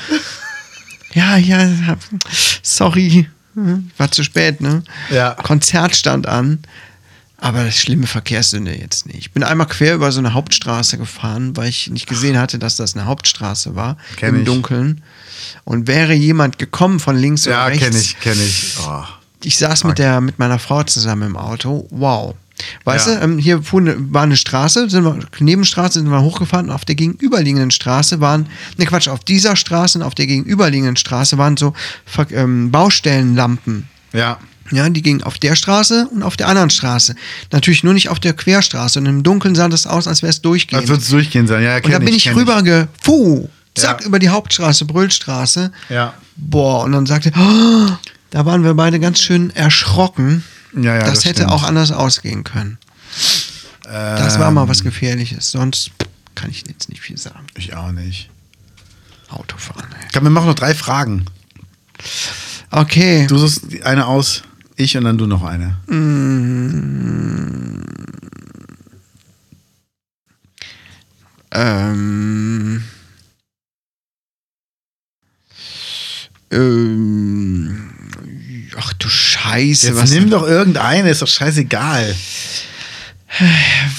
Speaker 1: Ja, ja, hab- sorry. hm, war zu spät, ne?
Speaker 2: Ja.
Speaker 1: Konzert stand an. Aber das schlimme Verkehrssünde jetzt nicht. Ich bin einmal quer über so eine Hauptstraße gefahren, weil ich nicht gesehen hatte, dass das eine Hauptstraße war
Speaker 2: Kenn
Speaker 1: im
Speaker 2: ich.
Speaker 1: Dunkeln. Und wäre jemand gekommen von links oder
Speaker 2: Ja,
Speaker 1: rechts,
Speaker 2: kenne ich, kenne ich. Oh.
Speaker 1: ich saß mit, der, mit meiner Frau zusammen im Auto. Wow. Weißt
Speaker 2: Ja.
Speaker 1: du, ähm, hier fuhr eine, war eine Straße, sind wir, Nebenstraße sind wir hochgefahren und auf der gegenüberliegenden Straße waren, ne Quatsch, auf dieser Straße und auf der gegenüberliegenden Straße waren so Ver- ähm, Baustellenlampen.
Speaker 2: Ja.
Speaker 1: Ja, die gingen auf der Straße und auf der anderen Straße. Natürlich nur nicht auf der Querstraße und im Dunkeln sah das aus, als wäre es durchgehend.
Speaker 2: Das wird es durchgehen sein. Ja, ja,
Speaker 1: Und da
Speaker 2: kenn
Speaker 1: bin ich,
Speaker 2: kenn
Speaker 1: rüber ge, fuh, zack,
Speaker 2: Ja.
Speaker 1: über die Hauptstraße, Brüllstraße.
Speaker 2: Ja.
Speaker 1: Boah, und dann sagte, oh, da waren wir beide ganz schön erschrocken.
Speaker 2: Ja, ja,
Speaker 1: das,
Speaker 2: das
Speaker 1: hätte
Speaker 2: stimmt.
Speaker 1: auch anders ausgehen können. Das war mal
Speaker 2: Ähm.
Speaker 1: was Gefährliches. Sonst kann ich jetzt nicht viel sagen.
Speaker 2: Ich auch nicht.
Speaker 1: Autofahren. ey.
Speaker 2: Ich glaube, wir machen noch drei Fragen.
Speaker 1: Okay.
Speaker 2: Du suchst eine aus, ich und dann du noch eine.
Speaker 1: Ähm, ähm, ach du Scheiße,
Speaker 2: Jetzt
Speaker 1: was?
Speaker 2: nimm doch irgendeine, ist doch scheißegal.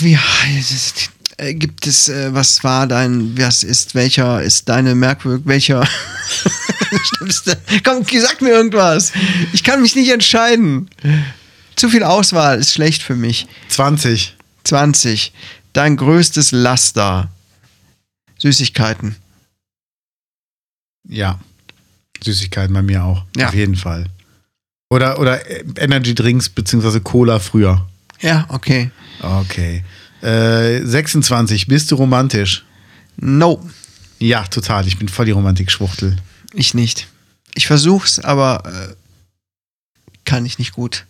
Speaker 1: Wie, es ist- äh, gibt es, äh, was war dein, was ist, welcher ist deine Merkwürdig, welcher schlimmste? Komm, sag mir irgendwas. Ich kann mich nicht entscheiden. Zu viel Auswahl ist schlecht für mich.
Speaker 2: 20.
Speaker 1: 20. Dein größtes Laster. Süßigkeiten.
Speaker 2: Ja. Süßigkeiten bei mir auch.
Speaker 1: Ja.
Speaker 2: Auf jeden Fall. Oder, oder Energy Drinks beziehungsweise Cola früher.
Speaker 1: Ja, okay.
Speaker 2: Okay. Äh, 26. Bist du romantisch?
Speaker 1: No.
Speaker 2: Ja, total. Ich bin voll die Romantik-Schwuchtel.
Speaker 1: Ich nicht. Ich versuch's, aber äh, kann ich nicht gut.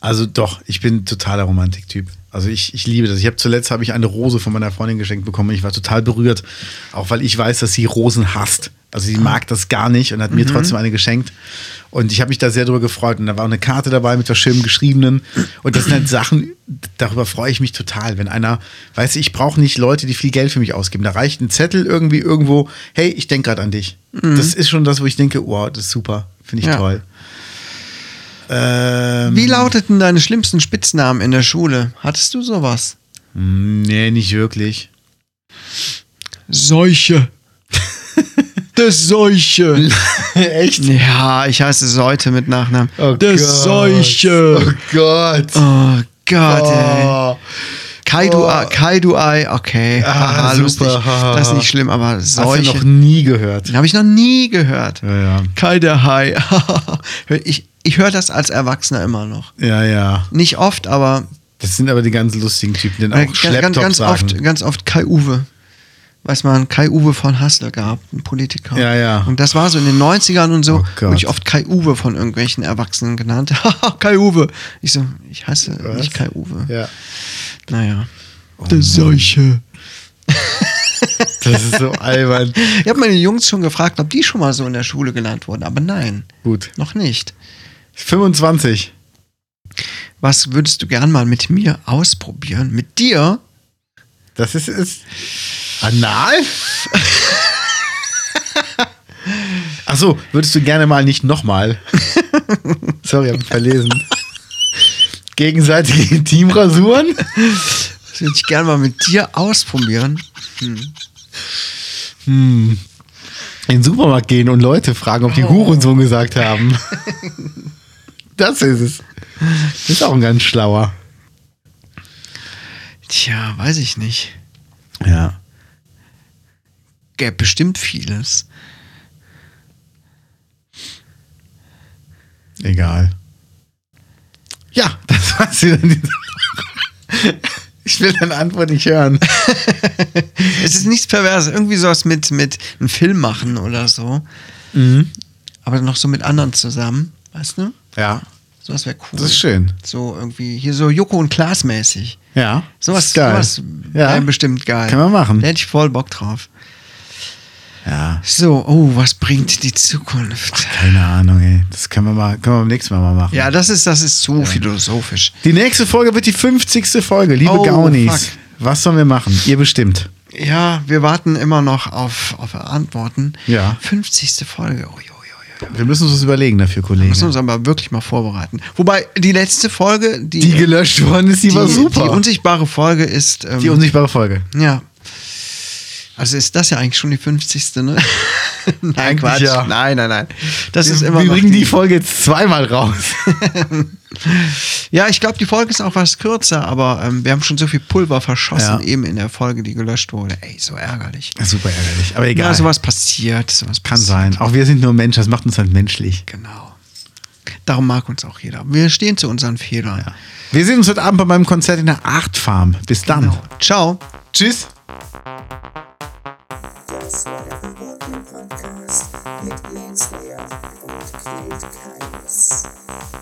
Speaker 2: Also doch, ich bin totaler Romantiktyp. Also ich, ich liebe das. Ich habe zuletzt habe ich eine Rose von meiner Freundin geschenkt bekommen. und Ich war total berührt, auch weil ich weiß, dass sie Rosen hasst. Also sie mag das gar nicht und hat
Speaker 1: Mhm.
Speaker 2: mir trotzdem eine geschenkt. Und ich habe mich da sehr drüber gefreut. Und da war auch eine Karte dabei mit was schön geschriebenen. Und das sind halt Sachen, darüber freue ich mich total. Wenn einer, weißt du, ich brauche nicht Leute, die viel Geld für mich ausgeben. Da reicht ein Zettel irgendwie irgendwo, hey, ich denke gerade an dich. Das ist schon das, wo ich denke, wow, das ist super. Finde ich
Speaker 1: Mhm. Ja.
Speaker 2: toll. Ähm,
Speaker 1: Wie lauteten deine schlimmsten Spitznamen in der Schule? Hattest du sowas?
Speaker 2: Nee, nicht wirklich.
Speaker 1: Seuche. Das Seuche.
Speaker 2: Echt?
Speaker 1: Ja, ich heiße Seute mit Nachnamen.
Speaker 2: Oh
Speaker 1: das
Speaker 2: Gott.
Speaker 1: Seuche.
Speaker 2: Oh Gott.
Speaker 1: Oh Gott, ey. äh,
Speaker 2: Oh.
Speaker 1: Kaiduai, Kaiduai, okay.
Speaker 2: Ah,
Speaker 1: Haha, lustig.
Speaker 2: super, haha.
Speaker 1: Das ist nicht schlimm, aber
Speaker 2: Hast du noch
Speaker 1: Seuche.
Speaker 2: nie gehört?
Speaker 1: Habe ich noch nie gehört.
Speaker 2: ja.
Speaker 1: Kaidahai. ich ich höre das als Erwachsener immer noch.
Speaker 2: Ja, ja.
Speaker 1: Nicht oft, aber
Speaker 2: Das sind aber die ganz lustigen Typen, die
Speaker 1: Äh,
Speaker 2: dann auch Schlepptop
Speaker 1: ganz, ganz,
Speaker 2: sagen.
Speaker 1: oft, ganz oft Kai Uwe. Weiß man, Kai Uwe von Hassel gab, ein Politiker.
Speaker 2: Ja, ja.
Speaker 1: Und das war so in den 90ern und so,
Speaker 2: Oh Gott.
Speaker 1: wurde ich oft Kai Uwe von irgendwelchen Erwachsenen genannt. Haha, Kai Uwe. Ich so, ich hasse nicht Kai Uwe.
Speaker 2: Ja. Oh
Speaker 1: Naja. das solche.
Speaker 2: Das ist so albern.
Speaker 1: Ich habe meine Jungs schon gefragt, ob die schon mal so in der Schule genannt wurden, aber nein,
Speaker 2: Gut.
Speaker 1: noch nicht.
Speaker 2: 25.
Speaker 1: Was würdest du gern mal mit mir ausprobieren? Mit dir?
Speaker 2: Das ist, ist anal? Ach so, würdest du gerne mal nicht nochmal? Sorry, hab ich verlesen. Gegenseitige Intimrasuren?
Speaker 1: Das würde ich gern mal mit dir ausprobieren.
Speaker 2: Hm. in den Supermarkt gehen und Leute fragen, ob die Hurensohn gesagt haben. Das ist es. Das ist auch ein ganz schlauer.
Speaker 1: Tja, weiß ich nicht.
Speaker 2: Ja.
Speaker 1: gäbe bestimmt vieles.
Speaker 2: Egal. Ja, das war's wieder. Ich will deine Antwort nicht hören.
Speaker 1: Es ist nichts Perverses. Irgendwie sowas mit, mit einem Film machen oder so.
Speaker 2: Mhm.
Speaker 1: Aber noch so mit anderen zusammen. Weißt du?
Speaker 2: Ja,
Speaker 1: Sowas wäre cool.
Speaker 2: das ist schön.
Speaker 1: So irgendwie, hier so Joko und Klaas mäßig.
Speaker 2: Ja.
Speaker 1: Sowas,
Speaker 2: ist geil.
Speaker 1: sowas
Speaker 2: ja.
Speaker 1: wäre bestimmt geil.
Speaker 2: Kann man machen.
Speaker 1: Da hätte ich voll Bock drauf.
Speaker 2: ja.
Speaker 1: So, oh, was bringt die Zukunft?
Speaker 2: Keine Ahnung, ey. Das können wir mal, können wir beim nächsten Mal mal machen.
Speaker 1: Ja, das ist, das ist zu philosophisch.
Speaker 2: Die nächste Folge wird die 50. Folge. Liebe
Speaker 1: Oh,
Speaker 2: Gaunis,
Speaker 1: fuck.
Speaker 2: was sollen wir machen? Ihr bestimmt.
Speaker 1: Ja, wir warten immer noch auf, auf Antworten.
Speaker 2: Ja.
Speaker 1: 50. Folge. Ui, ui, ui, ui.
Speaker 2: Wir müssen uns was überlegen dafür, Kollege.
Speaker 1: Müssen wir uns aber wirklich mal vorbereiten. Wobei, die letzte Folge, die,
Speaker 2: Die gelöscht worden ist, die, war super.
Speaker 1: die unsichtbare Folge ist. ähm,
Speaker 2: die unsichtbare Folge.
Speaker 1: Ja. Also ist das ja eigentlich schon die 50. Ne? nein,
Speaker 2: Eigentlich
Speaker 1: Quatsch.
Speaker 2: ja.
Speaker 1: Nein, nein, nein. Das ist
Speaker 2: wir
Speaker 1: immer.
Speaker 2: wir
Speaker 1: noch
Speaker 2: bringen die Folge jetzt zweimal raus.
Speaker 1: ja, ich glaube, die Folge ist auch was kürzer, aber ähm, wir haben schon so viel Pulver verschossen,
Speaker 2: Ja.
Speaker 1: eben in der Folge, die gelöscht wurde. Ey, so ärgerlich.
Speaker 2: super ärgerlich, aber egal.
Speaker 1: Ja, sowas passiert. Sowas
Speaker 2: Kann
Speaker 1: passiert.
Speaker 2: sein. Auch wir sind nur Mensch, das macht uns halt menschlich.
Speaker 1: Genau. Darum mag uns auch jeder. Wir stehen zu unseren Fehlern.
Speaker 2: Ja. Wir sehen uns heute Abend bei meinem Konzert in der Art Farm. Bis dann.
Speaker 1: Genau. Ciao.
Speaker 2: Tschüss.
Speaker 3: Das war der Rewalking Podcast mit Lance Lehr und Knut Keines.